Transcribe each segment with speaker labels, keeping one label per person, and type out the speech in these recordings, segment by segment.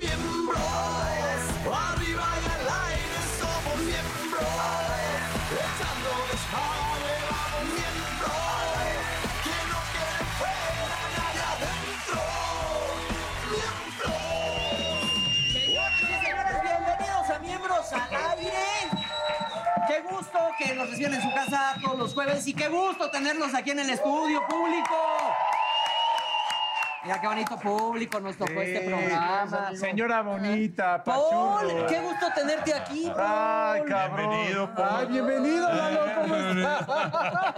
Speaker 1: Miembros, arriba y al aire somos miembros, echando desmadre vamos miembros, que no quede fuera nadie adentro, miembros.
Speaker 2: Señoras y señores, bienvenidos a Miembros al Aire. Qué gusto que nos reciben en su casa todos los jueves y qué gusto tenerlos aquí en el estudio público. Mira qué bonito público nos tocó este programa.
Speaker 3: Señora bonita,
Speaker 2: Paul,
Speaker 3: Pachulo.
Speaker 2: qué gusto tenerte aquí. Paul.
Speaker 3: Ah, Ay, cabrón. Bienvenido, Paul. Ay, bienvenido, Lalo, ¿cómo estás?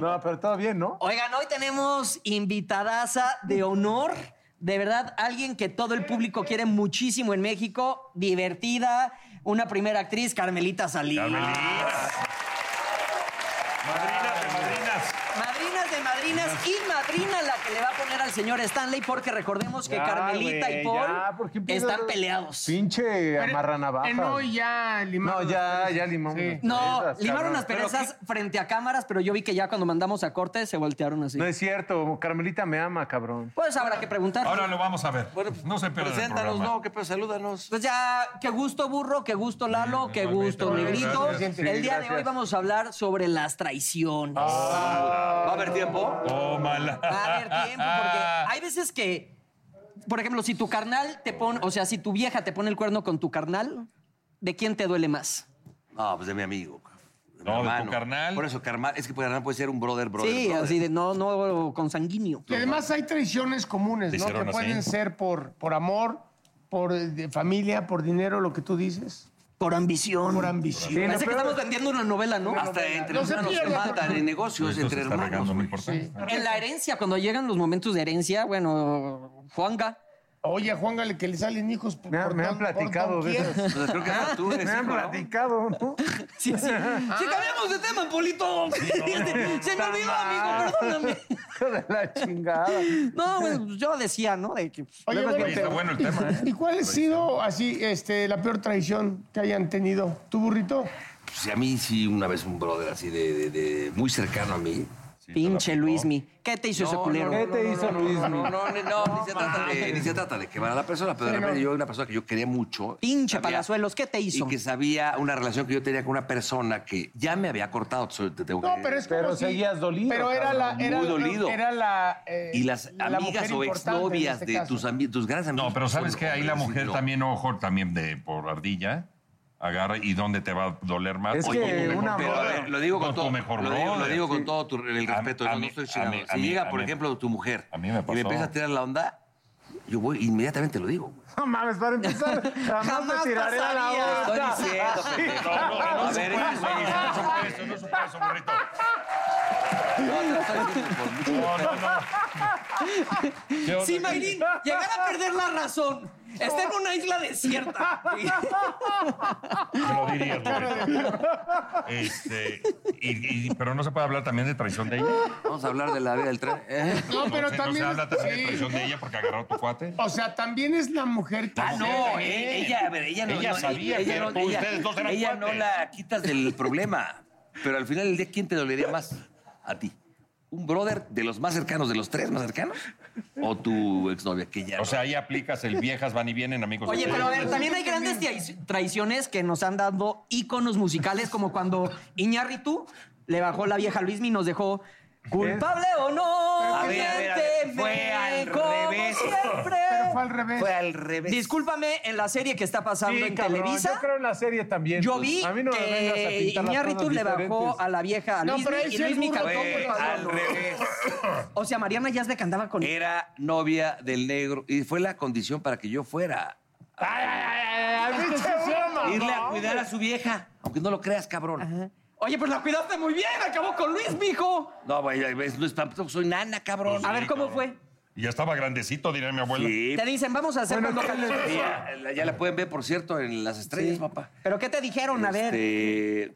Speaker 3: No, pero todo bien, ¿no?
Speaker 2: Oigan, hoy tenemos invitadaza de honor. De verdad, alguien que todo el público quiere muchísimo en México. Divertida. Una primera actriz, Carmelita Salinas.
Speaker 4: Madrinas de madrinas.
Speaker 2: Madrinas de madrinas y madrina la que le va a poner al señor Stanley, porque recordemos que
Speaker 3: Ya,
Speaker 2: Carmelita
Speaker 3: güey,
Speaker 2: y Paul
Speaker 3: ya, ¿por qué empiezas?
Speaker 2: están peleados.
Speaker 3: Pinche amarranavajas.
Speaker 5: Eh, no, ya
Speaker 3: No,
Speaker 5: limaron.
Speaker 3: ya,
Speaker 5: las
Speaker 3: ya
Speaker 5: perezas.
Speaker 3: limón.
Speaker 5: Sí.
Speaker 2: No, limaron las
Speaker 3: las
Speaker 2: perezas frente a cámaras, pero yo vi que ya cuando mandamos a corte se voltearon así.
Speaker 3: No es cierto, Carmelita me ama, cabrón.
Speaker 2: Pues habrá que preguntar.
Speaker 4: Ahora lo vamos a ver. no se pierdan el
Speaker 6: Preséntanos,
Speaker 4: programa.
Speaker 6: no, que pues salúdanos.
Speaker 2: Pues ya, qué gusto, burro, qué gusto, Lalo, qué gusto,
Speaker 4: igualmente,
Speaker 2: negrito.
Speaker 3: gracias. Sí,
Speaker 2: El día de
Speaker 3: gracias.
Speaker 2: hoy vamos a hablar sobre las traiciones.
Speaker 6: ¿Va a haber tiempo?
Speaker 4: Tómala.
Speaker 2: Va a haber tiempo, porque hay veces que, por ejemplo, si tu carnal te pone, o sea, si tu vieja te pone el cuerno con tu carnal, ¿de quién te duele más?
Speaker 6: No, pues de mi amigo. mi
Speaker 4: No, de tu
Speaker 6: hermano.
Speaker 4: carnal.
Speaker 6: Por eso, carnal, es que por carnal puede ser un brother, brother.
Speaker 2: sí,
Speaker 6: brother.
Speaker 2: así de no, no consanguinio.
Speaker 5: Y además hay traiciones comunes, ¿no?
Speaker 4: Hicieron
Speaker 5: Que
Speaker 4: así.
Speaker 5: pueden ser por, por amor, por eh, de familia, por dinero, lo que tú dices.
Speaker 2: Por ambición.
Speaker 5: Por ambición.
Speaker 3: Sí, no,
Speaker 2: Parece que
Speaker 3: pero-
Speaker 2: estamos vendiendo una novela, ¿no?
Speaker 6: Hasta entre
Speaker 5: No se
Speaker 6: hermanos se
Speaker 5: pierda,
Speaker 6: matan
Speaker 5: porque-
Speaker 6: en negocios,
Speaker 4: Esto
Speaker 6: entre
Speaker 4: se está
Speaker 6: hermanos.
Speaker 4: regando, no
Speaker 6: güey.
Speaker 4: importa.
Speaker 2: En la herencia, cuando llegan los momentos de herencia, bueno, Juanga.
Speaker 5: Oye, Juan, que le salen hijos por,
Speaker 3: Me han-
Speaker 5: por
Speaker 3: me han
Speaker 5: don- por
Speaker 3: platicado
Speaker 5: don
Speaker 3: de
Speaker 5: quién.
Speaker 3: esas.
Speaker 6: Entonces, creo que hasta tú eres
Speaker 3: Me han
Speaker 6: hijo, ¿no?
Speaker 3: platicado, ¿no?
Speaker 2: Sí, sí. Sí, cambiamos de tema, Polito. Este, Se me olvidó, amigo, perdóname.
Speaker 3: Hijo de la chingada.
Speaker 2: No, pues, yo decía, ¿no? De que,
Speaker 5: Oye,
Speaker 3: Luego
Speaker 5: bueno,
Speaker 3: es
Speaker 4: Está
Speaker 5: pero-
Speaker 4: bueno el tema. ¿eh?
Speaker 5: ¿Y cuál ha sido así este, la peor traición que hayan tenido? ¿Tu burrito?
Speaker 6: Pues, a mí sí, una vez un brother así de, de- de- muy cercano a mí.
Speaker 2: pinche Luismi. ¿Qué te hizo ese culero?
Speaker 3: ¿Qué te hizo Luis?
Speaker 6: No, no, no, ni- no, ni, se trata de, ni se trata de quemar a la persona, pero de repente yo, una persona que yo quería mucho.
Speaker 2: Pinche
Speaker 6: sabía-
Speaker 2: Palazuelos, ¿qué te hizo?
Speaker 6: Y que sabía una relación que yo tenía con una persona que ya me había cortado. so- te tengo
Speaker 5: No,
Speaker 6: que-
Speaker 5: pero es como
Speaker 3: Pero
Speaker 5: si-
Speaker 3: seguías dolido,
Speaker 5: Pero era la...
Speaker 3: cabrón.
Speaker 5: Era,
Speaker 6: Muy dolido.
Speaker 5: Era la... eh,
Speaker 6: Y las
Speaker 5: la
Speaker 6: amigas
Speaker 5: mujer
Speaker 6: o
Speaker 5: importante en
Speaker 6: exnovias
Speaker 5: este
Speaker 6: de
Speaker 5: caso.
Speaker 6: tus, ami- tus grandes amigos.
Speaker 4: No, pero sabes
Speaker 6: son
Speaker 4: que ahí la
Speaker 6: hombres,
Speaker 4: mujer
Speaker 6: no.
Speaker 4: también, ojo, también de por ardilla, agarra y dónde te va a doler más.
Speaker 3: Es
Speaker 4: Oye,
Speaker 3: que
Speaker 4: tu mejor
Speaker 3: una
Speaker 6: Pero, a ver,
Speaker 4: brother,
Speaker 6: Eh, lo digo
Speaker 4: con
Speaker 6: con
Speaker 4: tu
Speaker 6: todo,
Speaker 4: mejor
Speaker 6: lo digo, lo
Speaker 4: brother.
Speaker 6: digo con todo tu- el
Speaker 4: A-
Speaker 6: respeto.
Speaker 4: a
Speaker 6: no, no
Speaker 4: mí-
Speaker 6: estoy
Speaker 4: a
Speaker 6: chingando.
Speaker 4: mí- a
Speaker 6: si
Speaker 4: mí-
Speaker 6: llega,
Speaker 4: a
Speaker 6: por
Speaker 4: mí-
Speaker 6: ejemplo, tu mujer
Speaker 4: a mí me
Speaker 6: y me
Speaker 4: pasó.
Speaker 6: empieza a tirar la onda, yo voy inmediatamente lo digo. güey.
Speaker 3: No mames, para empezar, jamás,
Speaker 2: Jamás
Speaker 3: me tiraré a la
Speaker 2: pasaría.
Speaker 3: hora.
Speaker 6: Estoy diciendo, pendejo.
Speaker 4: No, no, no,
Speaker 6: A
Speaker 4: no se
Speaker 6: ver,
Speaker 4: puede
Speaker 6: es-
Speaker 4: eso, no se puede eso, no se puede eso, burrito.
Speaker 6: No, te lo estoy diciendo con mucho
Speaker 4: No,
Speaker 6: respeto.
Speaker 4: no, no. ¿Qué onda?
Speaker 2: Sí, Mayrin, llegar a perder la razón. Está en una isla desierta.
Speaker 4: Te lo diría, Roberto. Este, y- y- pero no se puede hablar también de traición de ella.
Speaker 6: Vamos a hablar de la vida del tren. ¿eh?
Speaker 5: No, pero
Speaker 4: se-
Speaker 5: también...
Speaker 4: se habla también de
Speaker 5: sí.
Speaker 4: traición de ella porque agarró a tu cuate.
Speaker 5: O sea, también es la mujer que...
Speaker 6: Ah, no,
Speaker 4: Sí,
Speaker 6: eh,
Speaker 4: también.
Speaker 6: ella, a ver, ella no,
Speaker 4: Ella
Speaker 6: no,
Speaker 4: sabía
Speaker 6: ella
Speaker 4: que
Speaker 6: no,
Speaker 4: tú- ustedes dos eran
Speaker 6: ella no
Speaker 4: cuates.
Speaker 6: la quitas del problema. Pero al final del día, ¿quién te dolería más? A ti. ¿Un brother de los más cercanos, de los tres más cercanos? ¿O tu exnovia? Que ya.
Speaker 4: O sea, ahí aplicas el viejas van y vienen, amigos.
Speaker 2: Oye,
Speaker 4: de
Speaker 2: pero a ver,
Speaker 4: ustedes.
Speaker 2: también hay grandes trai- traiciones que nos han dado íconos musicales, como cuando Iñárritu le bajó la vieja a Luismi y nos dejó. ¿Culpable o no?
Speaker 6: A ver, a ver, a ver, fue al
Speaker 2: Miénteme, como
Speaker 6: revés.
Speaker 2: siempre.
Speaker 5: fue al revés.
Speaker 6: Fue al revés.
Speaker 2: Discúlpame, en la serie que está pasando
Speaker 3: Sí,
Speaker 2: en
Speaker 3: cabrón,
Speaker 2: Televisa,
Speaker 3: Yo creo en la serie también.
Speaker 2: yo
Speaker 3: pues.
Speaker 2: vi
Speaker 3: A mí no me vengas a
Speaker 2: que
Speaker 3: pintar las
Speaker 2: Iñárritu
Speaker 3: cosas
Speaker 2: le bajó
Speaker 3: diferentes.
Speaker 2: a la vieja a
Speaker 5: No,
Speaker 2: Luis,
Speaker 5: pero ahí
Speaker 2: y
Speaker 5: sí
Speaker 2: Luis
Speaker 5: es burro,
Speaker 2: Micalcón
Speaker 5: ¿cómo
Speaker 6: Fue
Speaker 2: fue
Speaker 5: pasó?
Speaker 2: para
Speaker 6: al
Speaker 2: abajo.
Speaker 6: revés. Eh.
Speaker 2: O sea, Mariana Yazbek andaba con
Speaker 6: Era novia del negro y fue la condición para que yo fuera.
Speaker 5: Ay, ay, ay, ay, ay, pinche broma,
Speaker 6: Irle
Speaker 5: no,
Speaker 6: a cuidar a su vieja, aunque no lo creas, cabrón.
Speaker 2: Oye, pues la cuidaste muy bien, acabó con Luis, mijo.
Speaker 6: No, vaya, es- no es tampoco soy nana, cabrón.
Speaker 2: A ver, ¿cómo fue?
Speaker 4: Y ya estaba grandecito, diría mi abuela.
Speaker 6: Sí,
Speaker 2: Te dicen, vamos a hacer cuando
Speaker 6: sí, ya, ya la pueden ver, por cierto, en las estrellas, papá.
Speaker 2: ¿Pero qué te dijeron? A ver,
Speaker 6: Este,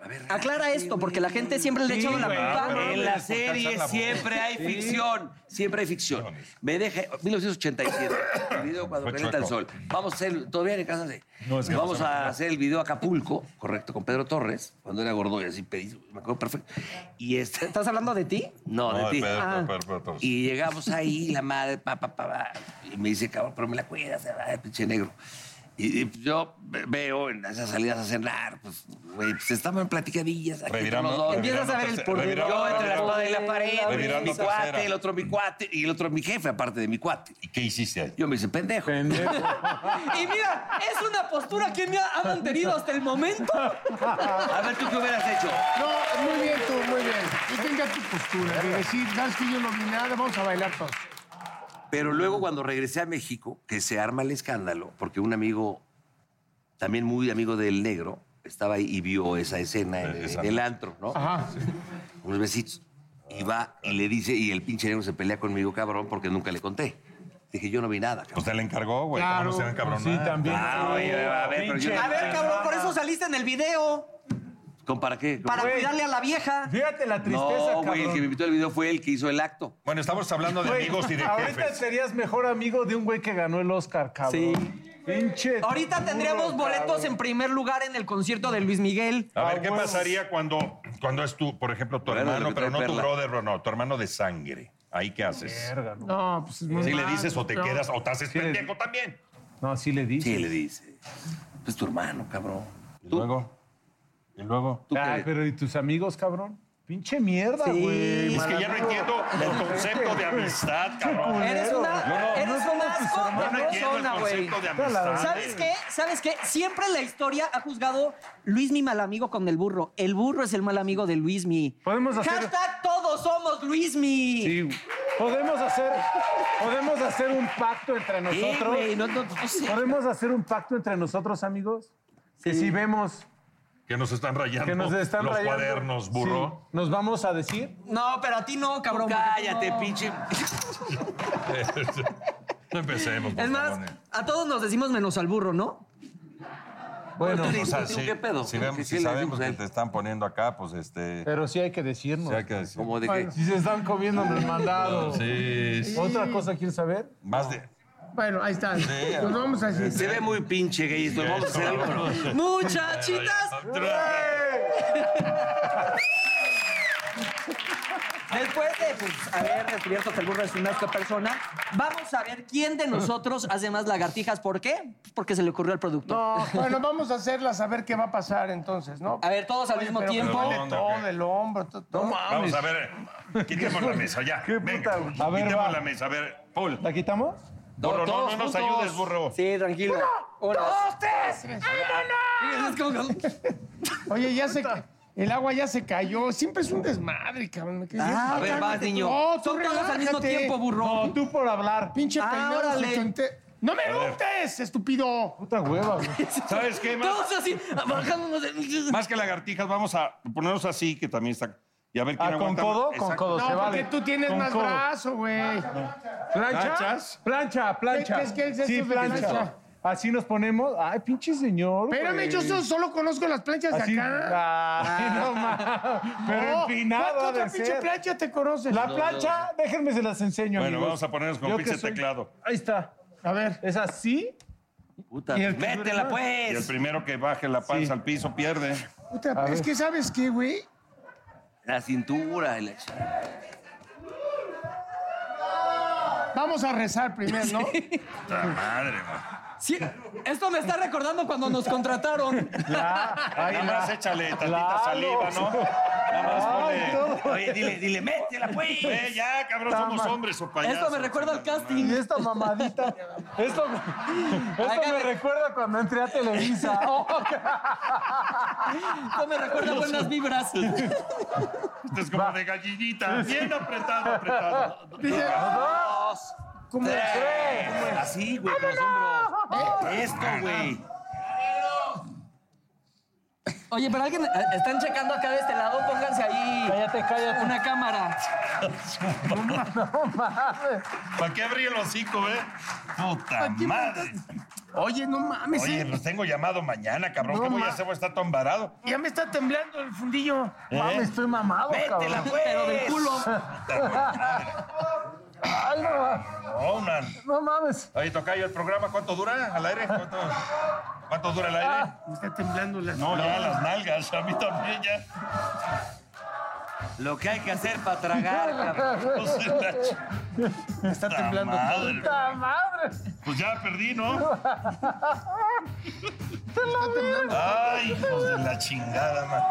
Speaker 6: a ver,
Speaker 2: aclara
Speaker 6: relájate,
Speaker 2: esto,
Speaker 6: güey.
Speaker 2: porque la gente siempre le ha echado la
Speaker 3: güey,
Speaker 2: culpa.
Speaker 3: no, no,
Speaker 6: En
Speaker 3: no,
Speaker 6: la
Speaker 3: por
Speaker 6: serie
Speaker 3: calzar la boca.
Speaker 6: siempre hay ficción. Siempre hay ficción. Me deja. 1987. El video cuando
Speaker 4: Fue
Speaker 6: calienta el
Speaker 4: chueco.
Speaker 6: sol. Vamos a hacer. Todavía en casa de.
Speaker 4: No, es que
Speaker 6: vamos
Speaker 4: no se
Speaker 6: a hacer el video Acapulco, correcto, con Pedro Torres, cuando era gordo y así pedí. Me acuerdo perfecto. Y este.
Speaker 2: ¿Estás hablando de ti?
Speaker 6: No,
Speaker 4: No,
Speaker 6: de ti.
Speaker 4: Pedro,
Speaker 2: Ah.
Speaker 4: Pedro, Pedro, Pedro.
Speaker 6: Y llegamos ahí, la madre, pa, pa, pa, pa, y me dice, cabrón, pero me la cuidas, ah, pinche negro. Y, y yo ve- veo en esas salidas a cenar, pues, güey, pues estaban platicadillas. Aquí entre
Speaker 4: Revirando-
Speaker 6: los dos.
Speaker 4: revirando
Speaker 2: Empiezas a ver el
Speaker 4: terce-
Speaker 2: por dentro.
Speaker 4: revirando-
Speaker 6: Yo entre la
Speaker 4: revirando-
Speaker 6: espada y la pared,
Speaker 2: Revirando
Speaker 6: güey, mi
Speaker 4: tercera.
Speaker 6: cuate, el otro mi cuate, y el otro mi jefe, aparte de mi cuate.
Speaker 4: ¿Y qué hiciste ahí?
Speaker 6: Yo me hice pendejo.
Speaker 3: Pendejo.
Speaker 2: "Ah". Y mira, es una postura que me ha, ha mantenido hasta el momento.
Speaker 6: A ver, ¿tú qué hubieras hecho?
Speaker 5: No, muy bien tú, muy bien. Tú tengas tu postura de decir, sabes que yo no vi nada, vamos a bailar todos.
Speaker 6: Pero luego cuando regresé a México, que se arma el escándalo, porque un amigo, también muy amigo del negro, estaba ahí y vio esa escena en, en
Speaker 4: Esa.
Speaker 6: el antro, ¿no?
Speaker 5: Ajá.
Speaker 6: unos besitos. Y va y le dice, y el pinche negro se pelea conmigo, cabrón, porque nunca le conté. Dije, yo no vi nada, cabrón.
Speaker 4: Usted le Pues encargó, güey.
Speaker 5: Claro.
Speaker 4: ¿Cómo se va a encabronar?
Speaker 3: Sí, también.
Speaker 6: Ah, oye, a ver, pero yo-
Speaker 3: Pinche-
Speaker 2: A ver, cabrón, por eso saliste en el video.
Speaker 6: ¿Con para qué?
Speaker 2: Para
Speaker 3: Güey.
Speaker 2: cuidarle a la vieja.
Speaker 3: Fíjate la tristeza,
Speaker 6: no, güey, el que me
Speaker 3: cabrón.
Speaker 6: invitó al video fue el que hizo el acto.
Speaker 4: Bueno, estamos hablando de
Speaker 3: Güey,
Speaker 4: amigos y de
Speaker 3: Ahorita
Speaker 4: jefes.
Speaker 3: serías mejor amigo de un güey que ganó el Oscar, cabrón.
Speaker 2: Sí.
Speaker 3: Pinche.
Speaker 2: Ahorita
Speaker 3: burro,
Speaker 2: tendríamos boletos
Speaker 3: cabrón.
Speaker 2: en primer lugar en el concierto de Luis Miguel.
Speaker 4: A ver,
Speaker 3: Ah,
Speaker 4: ¿qué
Speaker 3: bueno.
Speaker 4: pasaría cuando, cuando es tu, por ejemplo, tu
Speaker 6: Bueno, lo
Speaker 4: hermano,
Speaker 6: que
Speaker 4: pero
Speaker 6: trae
Speaker 4: no tu
Speaker 6: Perla.
Speaker 4: brother, bro, no, tu hermano de sangre? ¿Ahí qué haces?
Speaker 3: Verga, no.
Speaker 5: No, pues es muy
Speaker 4: Si le
Speaker 5: mal,
Speaker 4: dices o te
Speaker 5: no.
Speaker 4: quedas o te haces
Speaker 3: le-
Speaker 4: pendejo también.
Speaker 3: No, sí le dices.
Speaker 6: Sí, le dice. Pues tu hermano, cabrón.
Speaker 4: Y luego. Y luego.
Speaker 6: ¿Tú
Speaker 3: Ah,
Speaker 6: qué?
Speaker 3: pero ¿y tus amigos, cabrón? Pinche mierda,
Speaker 2: Sí.
Speaker 3: güey.
Speaker 4: Es que ya no entiendo el concepto de amistad, cabrón.
Speaker 2: Eres una, eres un asco
Speaker 4: Yo no
Speaker 2: de
Speaker 4: entiendo el
Speaker 2: persona, güey.
Speaker 4: concepto de
Speaker 3: Claro.
Speaker 4: amistad.
Speaker 2: ¿Sabes qué? ¿Sabes qué? Siempre la historia ha juzgado Luis mi mal amigo con el burro. El burro es el mal amigo de Luis mi.
Speaker 3: Podemos hacer-
Speaker 2: Hashtag todos somos Luis mi.
Speaker 3: Sí, güey. Podemos hacer, podemos hacer un pacto entre nosotros.
Speaker 2: güey, no- no- no sé.
Speaker 3: Podemos hacer un pacto entre nosotros, amigos. Que si vemos
Speaker 4: Que nos están rayando
Speaker 3: que nos están
Speaker 4: los
Speaker 3: rayando,
Speaker 4: cuadernos, burro.
Speaker 3: sí, nos vamos a decir.
Speaker 2: No, pero a ti no, cabrón.
Speaker 6: Cállate,
Speaker 2: No.
Speaker 6: pinche.
Speaker 4: No empecemos. por
Speaker 2: Es más,
Speaker 4: favor, eh.
Speaker 2: a todos nos decimos menos al burro, ¿no?
Speaker 3: Bueno,
Speaker 6: Tú dices,
Speaker 4: O sea,
Speaker 6: ¿tú
Speaker 4: sí,
Speaker 6: qué pedo? ¿Qué-
Speaker 4: Si, vemos-
Speaker 6: qué
Speaker 4: si
Speaker 6: le decimos
Speaker 4: sabemos
Speaker 6: a
Speaker 4: que
Speaker 6: él?
Speaker 4: te están poniendo acá, pues este.
Speaker 3: pero sí hay que decirnos.
Speaker 4: sí hay que decir.
Speaker 6: Como de que.
Speaker 3: Si se están comiendo en el mandado.
Speaker 4: Sí, sí.
Speaker 3: ¿Otra cosa quieres saber?
Speaker 4: Más de.
Speaker 5: Bueno, ahí está. Nos vamos a decir.
Speaker 6: Se ve muy pinche gay esto. Vamos a hacer algo. ¿no?
Speaker 2: Muchachitas, después de pues, haber descubierto que el burro es una asco de persona, vamos a ver quién de nosotros hace más lagartijas. ¿Por qué? Pues Porque se le ocurrió al productor.
Speaker 5: No, bueno, vamos a hacerlas a ver qué va a pasar entonces, ¿no?
Speaker 2: A ver, todos al
Speaker 5: Oye,
Speaker 2: mismo
Speaker 5: pero
Speaker 2: tiempo.
Speaker 5: ponle
Speaker 4: Onda,
Speaker 5: todo,
Speaker 4: ¿qué?
Speaker 5: el hombro, todo.
Speaker 4: Vamos a ver. eh, Quitemos la mesa, ya.
Speaker 3: Qué
Speaker 4: Venga,
Speaker 3: puta, güey. A ver,
Speaker 4: quitemos
Speaker 3: va.
Speaker 4: la mesa. A ver, Paul.
Speaker 3: ¿La quitamos?
Speaker 4: Burro, no, no nos
Speaker 6: juntos.
Speaker 4: ayudes, burro.
Speaker 2: Sí, tranquilo. Uno, dos, Ah, tres. ¡Vámonos!
Speaker 5: Oye, ya se. ca- El agua ya se cayó. Siempre es un desmadre, cabrón. Me quedé-
Speaker 2: Ah,
Speaker 6: a ver, vas,
Speaker 5: cálmate,
Speaker 6: niño.
Speaker 5: No, tú
Speaker 2: Son todos al mismo
Speaker 5: relájate.
Speaker 2: tiempo, burro.
Speaker 3: No, tú por hablar.
Speaker 5: Pinche
Speaker 2: Ah,
Speaker 5: peinado
Speaker 2: órale.
Speaker 5: ochente- ¡No me gustes, estúpido!
Speaker 3: Puta hueva, güey.
Speaker 4: ¿Sabes qué? Más,
Speaker 2: Todos así, bajándonos de...
Speaker 4: más que lagartijas, vamos a ponernos así, que también está. Y a ver quién
Speaker 3: Ah, ¿Con
Speaker 4: aguanta.
Speaker 3: codo? Con
Speaker 4: Exacto.
Speaker 3: codo,
Speaker 5: No,
Speaker 3: se
Speaker 5: porque
Speaker 3: vale.
Speaker 5: tú tienes
Speaker 3: Con
Speaker 5: más
Speaker 3: codo. Ah,
Speaker 5: brazo, güey.
Speaker 3: ¿Plancha?
Speaker 4: ¿Planchas?
Speaker 3: Plancha, plancha.
Speaker 5: ¿Qué- qué es eso
Speaker 3: sí,
Speaker 5: de plancha?
Speaker 3: plancha. Así nos ponemos. Ay, pinche señor.
Speaker 5: Espérame,
Speaker 3: güey.
Speaker 5: yo so- solo conozco las planchas
Speaker 3: Así.
Speaker 5: de acá.
Speaker 3: Ay, no mames. Pero
Speaker 5: No,
Speaker 3: empinado
Speaker 5: ¿Cuál
Speaker 3: ha
Speaker 5: otra
Speaker 3: de
Speaker 5: pinche
Speaker 3: ser.
Speaker 5: plancha te conoces?
Speaker 3: La plancha, déjenme se las enseño,
Speaker 4: Bueno,
Speaker 3: amigos.
Speaker 4: vamos a ponernos con
Speaker 3: Yo
Speaker 4: pinche
Speaker 3: que soy-
Speaker 4: teclado.
Speaker 3: Ahí está.
Speaker 5: A ver.
Speaker 3: Es así.
Speaker 6: Puta,
Speaker 3: Y el-
Speaker 6: métela,
Speaker 4: Y el
Speaker 6: pues.
Speaker 4: primero que baje la panza
Speaker 3: Sí.
Speaker 4: al piso pierde.
Speaker 5: Puta,
Speaker 3: A
Speaker 5: es
Speaker 3: ver.
Speaker 5: que sabes qué, güey.
Speaker 6: La cintura. y la ch-
Speaker 5: Vamos a rezar primero, ¿no?
Speaker 4: Puta madre, güey.
Speaker 2: Sí, esto me está recordando cuando nos contrataron.
Speaker 3: Ya. Ahí
Speaker 4: Nada
Speaker 3: la-
Speaker 4: más échale tantita
Speaker 3: Claro.
Speaker 4: saliva, ¿no? Nada
Speaker 3: Ay, todo.
Speaker 6: Oye, dile, dile, métela, pues.
Speaker 4: Eh, ya, cabrón, somos hombres o payasos.
Speaker 2: Esto me recuerda al
Speaker 3: Y
Speaker 2: casting.
Speaker 3: esta mamadita. Esto, esto me
Speaker 5: eh,
Speaker 2: Hágame.
Speaker 3: recuerda cuando entré a Televisa. Oh,
Speaker 2: Esto me recuerda a buenas vibras.
Speaker 4: Esto es como de gallinita. Bien apretado, apretado.
Speaker 5: Dice,
Speaker 6: Dos,
Speaker 3: ¿Cómo
Speaker 6: tres.
Speaker 3: crees?
Speaker 6: Así, güey, con los hombros. Esto, güey.
Speaker 2: Oye, pero alguien. eh, Están checando acá de este lado. Pónganse ahí.
Speaker 3: Cállate, cállate.
Speaker 2: Una cámara.
Speaker 4: ¿Para qué abrí el hocico, eh? Puta madre.
Speaker 5: Oye, no mames.
Speaker 4: Oye,
Speaker 5: eh.
Speaker 4: los tengo llamado mañana, cabrón. ¿Cómo ya se va a estar tan varado?
Speaker 5: Ya me está temblando el fundillo.
Speaker 4: ¿Eh?
Speaker 3: Mami, estoy mamado,
Speaker 6: Métela,
Speaker 3: cabrón.
Speaker 6: pues.
Speaker 2: Pero del culo.
Speaker 3: Ay, no, ma-
Speaker 4: No, man.
Speaker 3: no mames.
Speaker 4: Oye, tocayo, ¿el programa cuánto dura al aire? ¿Cuánto, cuánto dura el aire?
Speaker 5: Me está temblando la.
Speaker 4: No, ya las nalgas, a mí también ya.
Speaker 6: Lo que hay que hacer para tragar, cabrón.
Speaker 4: No sé, la ch-
Speaker 3: Me está
Speaker 4: Puta
Speaker 3: temblando.
Speaker 4: madre.
Speaker 3: ¡Puta madre!
Speaker 4: Pues ya perdí, ¿no?
Speaker 5: Está temblando.
Speaker 4: Ay, hijos de la chingada, man.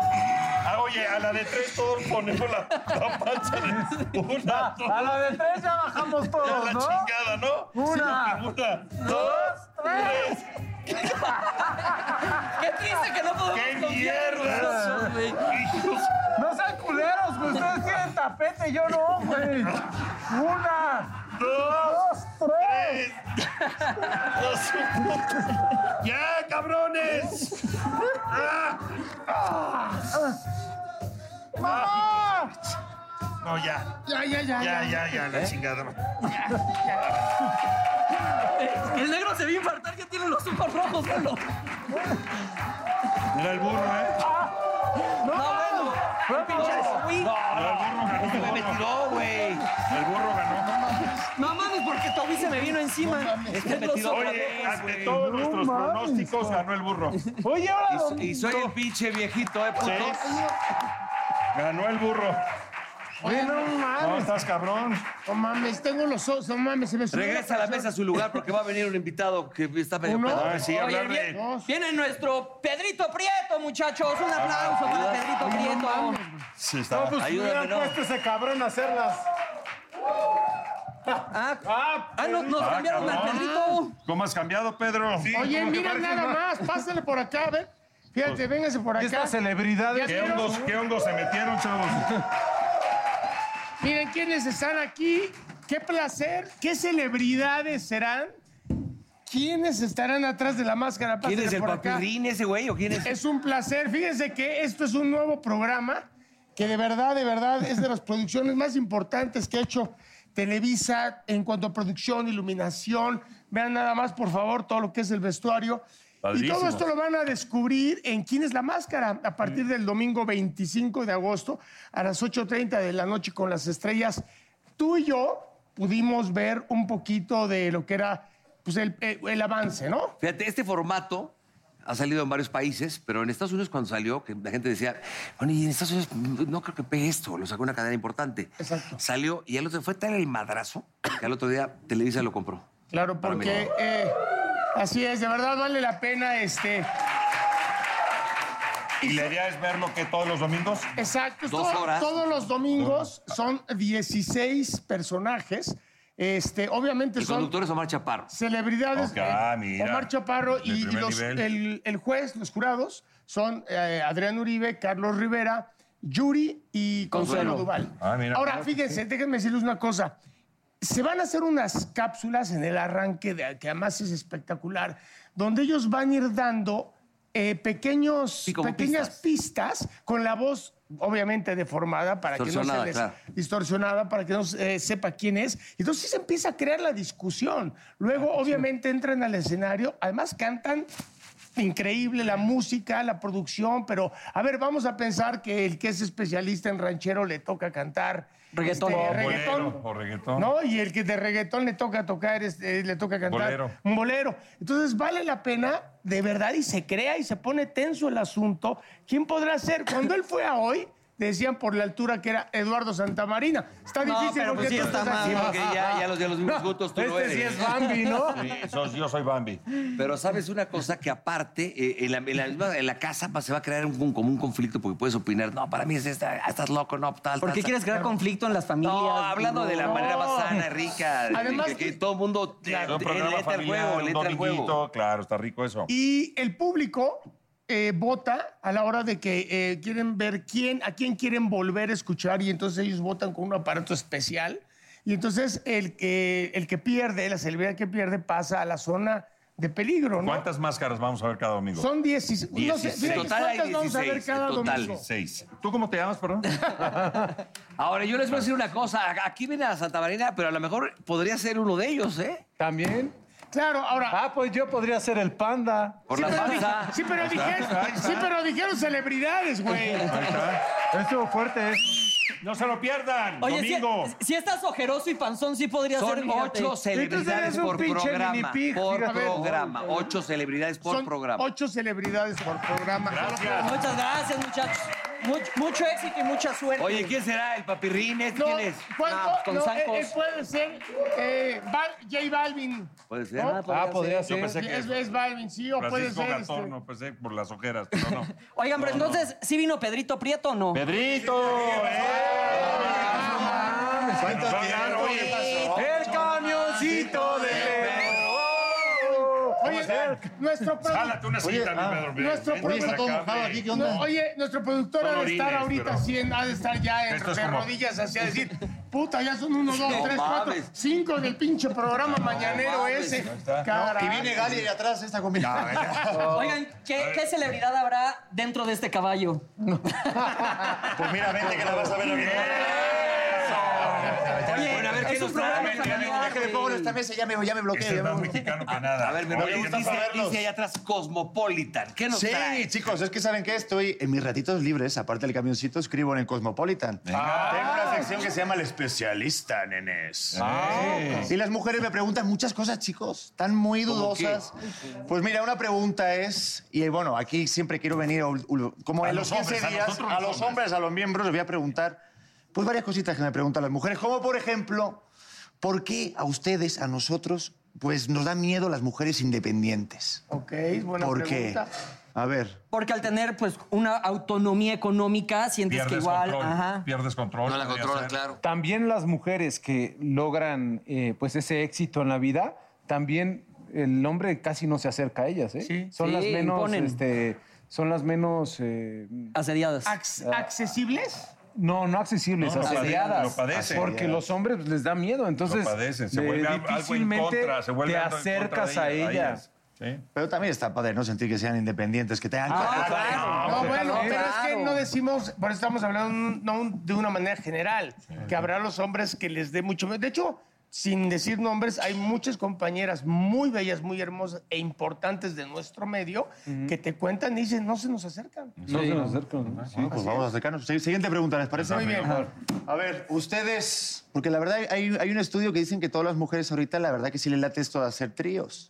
Speaker 4: Ah, oye, a la de tres todos ponemos la, la panza de una, dos,
Speaker 3: A la de tres ya bajamos
Speaker 4: ya la
Speaker 3: todos, ¿no?
Speaker 4: chingada, ¿no?
Speaker 3: Una.
Speaker 4: Sí, una,
Speaker 3: Dos, tres.
Speaker 2: Qué triste que no podemos.
Speaker 4: ¡Qué
Speaker 2: confiar en
Speaker 4: mierda!
Speaker 2: nosotros, güey.
Speaker 4: Hijos,
Speaker 3: No sean culeros, que ustedes tienen tapete, yo no, güey. Una,
Speaker 4: dos,
Speaker 3: dos, tres.
Speaker 4: tres. No sé, puta. ¡Ya, cabrones! ¡Ah!
Speaker 3: ¡Mamá!
Speaker 4: ¡Ah! No, ya.
Speaker 5: Ya, ya, ya.
Speaker 4: Ya, ¿Eh? ya, ya, la chingada. man.
Speaker 2: El negro se vio infartar que tiene los ojos rojos, solo.
Speaker 4: Mira el burro, ¿eh?
Speaker 3: ¡No!
Speaker 2: bueno.
Speaker 3: ¡Fue pinche!
Speaker 4: Ah, Mira, el burro ganó.
Speaker 6: Pues Me tiró, güey.
Speaker 4: El burro ganó.
Speaker 2: No mames, porque Toby se me vino encima. Este
Speaker 6: me
Speaker 2: los
Speaker 6: tiró.
Speaker 2: ojos.
Speaker 4: Oye, ante todos nuestros pronósticos ganó el burro.
Speaker 3: Oye, ahora don-
Speaker 6: Y soy el pinche viejito, ¿eh, puto?
Speaker 4: Ganó el burro.
Speaker 5: Oye, no
Speaker 4: No,
Speaker 5: mames.
Speaker 4: estás cabrón.
Speaker 5: No mames, tengo los ojos. No mames, se me subió
Speaker 6: Regresa a la mesa a su lugar porque va a venir un invitado que está medio
Speaker 5: Uno.
Speaker 6: pedo.
Speaker 4: Ah, sí, hablar
Speaker 2: bien.
Speaker 4: de...
Speaker 5: Dos.
Speaker 2: Viene nuestro Pedrito Prieto, muchachos. Un aplauso para Pedrito Prieto.
Speaker 4: Sí, está.
Speaker 3: Pues
Speaker 6: Ayúdame,
Speaker 3: hubieran
Speaker 6: no.
Speaker 3: puesto ese cabrón a hacerlas.
Speaker 2: Ah,
Speaker 3: ¡Ah!
Speaker 2: ah, nos, nos
Speaker 4: Ah,
Speaker 2: cambiaron al
Speaker 4: cabrón.
Speaker 2: Pedrito.
Speaker 4: ¿Cómo has cambiado, Pedro?
Speaker 5: Oye, mira nada más. Pásale por acá, a ver. Fíjate, véngase por acá.
Speaker 3: Estas celebridades.
Speaker 4: ¿Qué hongos, ¿Qué hongos se metieron, chavos?
Speaker 5: Miren quiénes están aquí. Qué placer. ¿Qué celebridades serán? ¿Quiénes estarán atrás de la máscara?
Speaker 6: ¿Quién
Speaker 5: Pásenle
Speaker 6: es el
Speaker 5: por acá.
Speaker 6: papirrín ese, güey? ¿O quién es?
Speaker 5: Es un placer. Fíjense que esto es un nuevo programa que de verdad, de verdad, es de las producciones más importantes que ha hecho Televisa en cuanto a producción, iluminación. Vean nada más, por favor, todo lo que es el vestuario. Y todo
Speaker 4: Padrísimo.
Speaker 5: esto lo van a descubrir en Quién es la Máscara a partir del domingo 25 de agosto a las 8.30 de la noche con las estrellas. Tú y yo pudimos ver un poquito de lo que era pues, el- el avance, ¿no?
Speaker 6: Fíjate, este formato ha salido en varios países, pero en Estados Unidos cuando salió, que la gente decía, bueno, y en Estados Unidos no creo que pegue esto, lo sacó una cadena importante.
Speaker 5: Exacto.
Speaker 6: Salió y al otro fue tal el madrazo que al otro día Televisa lo compró.
Speaker 5: Claro,
Speaker 6: Para mí.
Speaker 5: porque eh, así es, de verdad vale la pena este.
Speaker 4: Y la idea es verlo que todos los domingos.
Speaker 5: Exacto,
Speaker 6: Dos
Speaker 5: todo-
Speaker 6: horas.
Speaker 5: todos los domingos son 16 personajes. Este, obviamente
Speaker 6: El
Speaker 5: son
Speaker 6: conductor es Omar Chaparro.
Speaker 5: celebridades.
Speaker 4: Ok, ah,
Speaker 5: eh,
Speaker 4: mira.
Speaker 5: Omar Chaparro
Speaker 4: De
Speaker 5: y, y
Speaker 4: primer
Speaker 5: los-
Speaker 4: nivel.
Speaker 5: el, el juez, los jurados, son eh, Adrián Uribe, Carlos Rivera, Yuri y Consuelo,
Speaker 6: Consuelo.
Speaker 5: Duval.
Speaker 4: Ah, mira.
Speaker 5: Ahora, fíjense, déjenme decirles una cosa. Se van a hacer unas cápsulas en el arranque, de, que además es espectacular, donde ellos van a ir dando eh, pequeños,
Speaker 6: Sí, como
Speaker 5: pequeñas pistas. con la voz, obviamente, deformada para que no se
Speaker 6: Distorsionada,
Speaker 5: les,
Speaker 6: claro.
Speaker 5: distorsionada para que no se- eh, sepa quién es. Entonces sí se empieza a crear la discusión. Luego, obviamente, entran al escenario, además cantan. Increíble la música, la producción, pero a ver, vamos a pensar que el que es especialista en ranchero le toca cantar
Speaker 2: Reggaetón.
Speaker 5: este,
Speaker 2: O
Speaker 4: bolero,
Speaker 5: reggaetón,
Speaker 4: o reggaetón.
Speaker 5: ¿no? Y el que de reggaetón le toca tocar, este, le toca cantar
Speaker 4: Bolero.
Speaker 5: un bolero. Entonces vale la pena, de verdad, y se crea y se pone tenso el asunto. ¿Quién podrá ser? Cuando él fue a hoy, decían por la altura que era Eduardo Santamarina. Está
Speaker 2: No,
Speaker 5: difícil
Speaker 2: pero pues
Speaker 5: porque
Speaker 2: sí
Speaker 5: tú
Speaker 2: está
Speaker 5: estás
Speaker 2: mal.
Speaker 5: aquí.
Speaker 2: Sí,
Speaker 6: porque ya- ya los- ya los vimos juntos, tú
Speaker 5: este
Speaker 6: no
Speaker 5: sí
Speaker 6: eres.
Speaker 5: es Bambi, ¿no?
Speaker 4: Sí, sos- yo soy Bambi.
Speaker 6: Pero sabes una cosa que aparte, eh, en, la, en la misma- en la casa va- se va a crear un, un- como un conflicto porque puedes opinar, no, para mí es esta, ah, estás loco, no, tal,
Speaker 2: ¿Por
Speaker 6: tal,
Speaker 2: qué
Speaker 6: tal".
Speaker 2: quieres crear conflicto en las familias?
Speaker 6: No, hablando de la
Speaker 2: No.
Speaker 6: manera más sana, rica, de-
Speaker 5: Además
Speaker 6: que, que
Speaker 5: que-
Speaker 6: todo el mundo eh,
Speaker 4: Es un
Speaker 6: le-
Speaker 4: programa
Speaker 6: le entra al
Speaker 4: familiar,
Speaker 6: juego, le
Speaker 4: un
Speaker 6: entra al juego.
Speaker 4: dominguito, claro, está rico eso.
Speaker 5: Y el público eh, vota a la hora de que eh, quieren ver quién, a quién quieren volver a escuchar y entonces ellos votan con un aparato especial. Y entonces el que, el que pierde, la celebridad que pierde, pasa a la zona de peligro, ¿no?
Speaker 4: ¿Cuántas máscaras vamos a ver cada domingo?
Speaker 5: Son 16. No sé,
Speaker 6: Dieciséis.
Speaker 5: fíjate,
Speaker 6: Total hay
Speaker 5: ¿cuántas vamos a ver
Speaker 6: 16,
Speaker 5: cada
Speaker 6: total.
Speaker 5: domingo?
Speaker 4: Seis. ¿Tú cómo te llamas, perdón?
Speaker 6: Ahora, yo les voy a decir una cosa, a- aquí viene a Santa Marina, pero a lo mejor podría ser uno de ellos, ¿eh?
Speaker 3: ¿También?
Speaker 5: Claro, ahora.
Speaker 3: Ah, pues yo podría ser el panda.
Speaker 6: Por
Speaker 5: sí,
Speaker 6: la
Speaker 5: pero
Speaker 6: panza.
Speaker 5: dije- sí, pero dijeron, sí, pero dijeron celebridades, güey.
Speaker 3: Ahí está. Estuvo fuerte ¿eh? eso.
Speaker 4: ¡No se lo pierdan!
Speaker 2: Oye, si,
Speaker 4: ¡Domingo!
Speaker 2: si estás ojeroso y panzón, sí podría ser.
Speaker 6: Son
Speaker 2: fíjate.
Speaker 6: ocho celebridades
Speaker 3: eres un
Speaker 6: por
Speaker 3: pinche
Speaker 6: programa.
Speaker 3: minipig,
Speaker 6: Por
Speaker 3: fíjate.
Speaker 6: programa. Ocho celebridades por
Speaker 5: Son
Speaker 6: programa.
Speaker 5: ocho celebridades por programa.
Speaker 4: Gracias.
Speaker 2: Muchas gracias, muchachos. Much- mucho éxito y mucha suerte.
Speaker 6: Oye, ¿quién será? ¿El papirrines?
Speaker 5: No,
Speaker 6: ¿Quién es?
Speaker 5: puede-
Speaker 2: Ah, pues, con
Speaker 5: no, eh,
Speaker 2: zancos.
Speaker 5: eh, puede ser eh, Bal- J Balvin.
Speaker 6: Puede ser.
Speaker 5: ¿no?
Speaker 3: Ah, podría
Speaker 4: Yo
Speaker 3: ser.
Speaker 4: pensé Pues que
Speaker 5: Es, es Balvin, sí, o puede
Speaker 4: Francisco
Speaker 5: ser. este,
Speaker 4: Gatorno, pensé por las ojeras, pero no.
Speaker 2: Oigan, pero entonces, ¿sí vino Pedrito Prieto o no?
Speaker 4: ¡Pedrito!
Speaker 3: El camioncito de Pedro.
Speaker 5: Oh, Oye, nuestro, produ-
Speaker 4: ¡Jálate una cita, mi Pedro! ven,
Speaker 5: nuestro
Speaker 4: ven,
Speaker 5: productor.
Speaker 4: ven acá, ven.
Speaker 5: no, oye, nuestro productor
Speaker 4: Son
Speaker 5: ha de estar
Speaker 4: orines,
Speaker 5: ahorita
Speaker 4: pero-
Speaker 5: así, en- ha de estar ya en,
Speaker 4: Esto es
Speaker 5: de
Speaker 4: como-
Speaker 5: rodillas así a decir, puta, ya son uno, dos,
Speaker 6: No
Speaker 5: tres, cuatro,
Speaker 6: mames.
Speaker 5: cinco del pinche programa mañanero
Speaker 6: mames.
Speaker 5: ese.
Speaker 4: está.
Speaker 5: Caray.
Speaker 7: Gali de atrás esta combinación.
Speaker 2: Oigan, ¿qué, qué celebridad habrá dentro de este caballo?
Speaker 7: Pues mira, vente que la vas a ver.
Speaker 2: Oye,
Speaker 6: Bueno, a ver, ¿qué
Speaker 2: es un
Speaker 6: nos trae?
Speaker 2: programa
Speaker 6: Ven,
Speaker 2: familiar,
Speaker 6: ven,
Speaker 7: Déjame
Speaker 2: güey.
Speaker 7: pongo en esta mesa, ya me, ya me bloqueo.
Speaker 4: Este es
Speaker 7: ya me
Speaker 4: más
Speaker 7: bloqueo.
Speaker 4: mexicano que nada.
Speaker 6: A ver, me
Speaker 4: Oye,
Speaker 6: voy
Speaker 7: me gusta
Speaker 6: dice,
Speaker 7: saberlos.
Speaker 6: dice allá atrás Cosmopolitan. ¿Qué nos
Speaker 7: Sí,
Speaker 6: trae?
Speaker 7: chicos, es que saben que estoy en mis ratitos libres, aparte del camioncito, escribo en el Cosmopolitan. Tengo una sección que se llama El especialista, nenes.
Speaker 4: Ah,
Speaker 7: Y las mujeres me preguntan muchas cosas, chicos. Están muy dudosas. Pues mira, una pregunta es, y bueno, aquí siempre quiero venir, a ul- ul- como
Speaker 4: A
Speaker 7: en
Speaker 4: los
Speaker 7: los 15
Speaker 4: hombres, a
Speaker 7: días,
Speaker 4: nosotros
Speaker 7: a
Speaker 4: los
Speaker 7: los hombres, a los miembros, les voy a preguntar, pues varias cositas que me preguntan las mujeres, como por ejemplo, ¿por qué a ustedes, a nosotros, pues nos da miedo las mujeres independientes?
Speaker 5: Ok, buena
Speaker 7: ¿Por qué?
Speaker 5: pregunta.
Speaker 7: A ver.
Speaker 2: Porque al tener pues una autonomía económica, sientes que
Speaker 4: Pierdes
Speaker 2: igual.
Speaker 4: control.
Speaker 2: Ajá.
Speaker 4: Pierdes control.
Speaker 6: No la
Speaker 4: podría
Speaker 6: controlan,
Speaker 4: ser.
Speaker 6: claro.
Speaker 8: También las mujeres que logran eh, pues ese éxito en la vida, también el hombre casi no se acerca a ellas. ¿eh? Son
Speaker 2: Sí,
Speaker 8: las menos,
Speaker 2: imponen.
Speaker 8: este, son las menos, eh,
Speaker 2: Asediadas.
Speaker 5: Ac- ¿Accesibles?
Speaker 8: no, no accesibles,
Speaker 4: No, lo padecen,
Speaker 8: asediadas.
Speaker 4: lo padecen.
Speaker 8: Porque los hombres pues, les da miedo, entonces
Speaker 4: Lo padecen, se
Speaker 8: eh,
Speaker 4: vuelve algo en
Speaker 8: difícilmente
Speaker 4: contra, se vuelve
Speaker 8: te
Speaker 4: algo en contra
Speaker 8: acercas
Speaker 4: de
Speaker 8: a
Speaker 4: ellas,
Speaker 8: ella.
Speaker 4: ellas. ¿Sí?
Speaker 7: Pero también está padre no sentir que sean independientes, que
Speaker 5: Ah,
Speaker 7: tengan...
Speaker 2: Ah,
Speaker 5: No, bueno,
Speaker 8: claro.
Speaker 5: pero es que no decimos, por eso estamos hablando no un- de una manera general, que habrá los hombres que les dé mucho miedo. De hecho, sin decir nombres, hay muchas compañeras muy bellas, muy hermosas e importantes de nuestro medio que te cuentan y dicen, no se nos acercan.
Speaker 8: No se nos acercan. ¿no?
Speaker 7: Bueno, pues vamos a acercarnos. Sí, Siguiente pregunta, ¿les parece?
Speaker 5: Muy bien.
Speaker 7: A ver, ustedes... Porque la verdad hay, hay un estudio que dicen que todas las mujeres ahorita la verdad que sí les late esto de hacer tríos.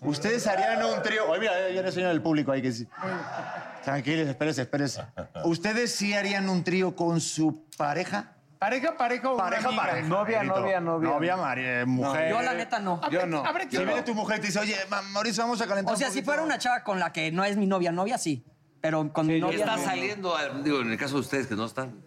Speaker 7: Ustedes harían un trío... Oye, mira, ya le enseñan al público ahí que sí. Tranquilos, espérense, espérense. ¿Ustedes sí harían un trío con su pareja?
Speaker 5: Pareja, pareja o
Speaker 7: Pareja,
Speaker 5: amiga.
Speaker 7: pareja.
Speaker 8: Novia,
Speaker 7: Margarito.
Speaker 8: novia, novia.
Speaker 7: Novia, mari- mujer.
Speaker 2: Yo la neta no.
Speaker 8: Yo no.
Speaker 5: Habrá
Speaker 7: Si
Speaker 5: que-
Speaker 7: viene tu mujer y te dice, oye, ma- Mauricio, vamos a calentar
Speaker 2: O sea,
Speaker 7: un
Speaker 2: si
Speaker 7: poquito".
Speaker 2: fuera una chava con la que no es mi novia, novia, sí. Pero con mi
Speaker 6: ¿Qué
Speaker 2: novia.
Speaker 6: está
Speaker 2: no.
Speaker 6: saliendo? a- Digo, en el caso de ustedes que no están,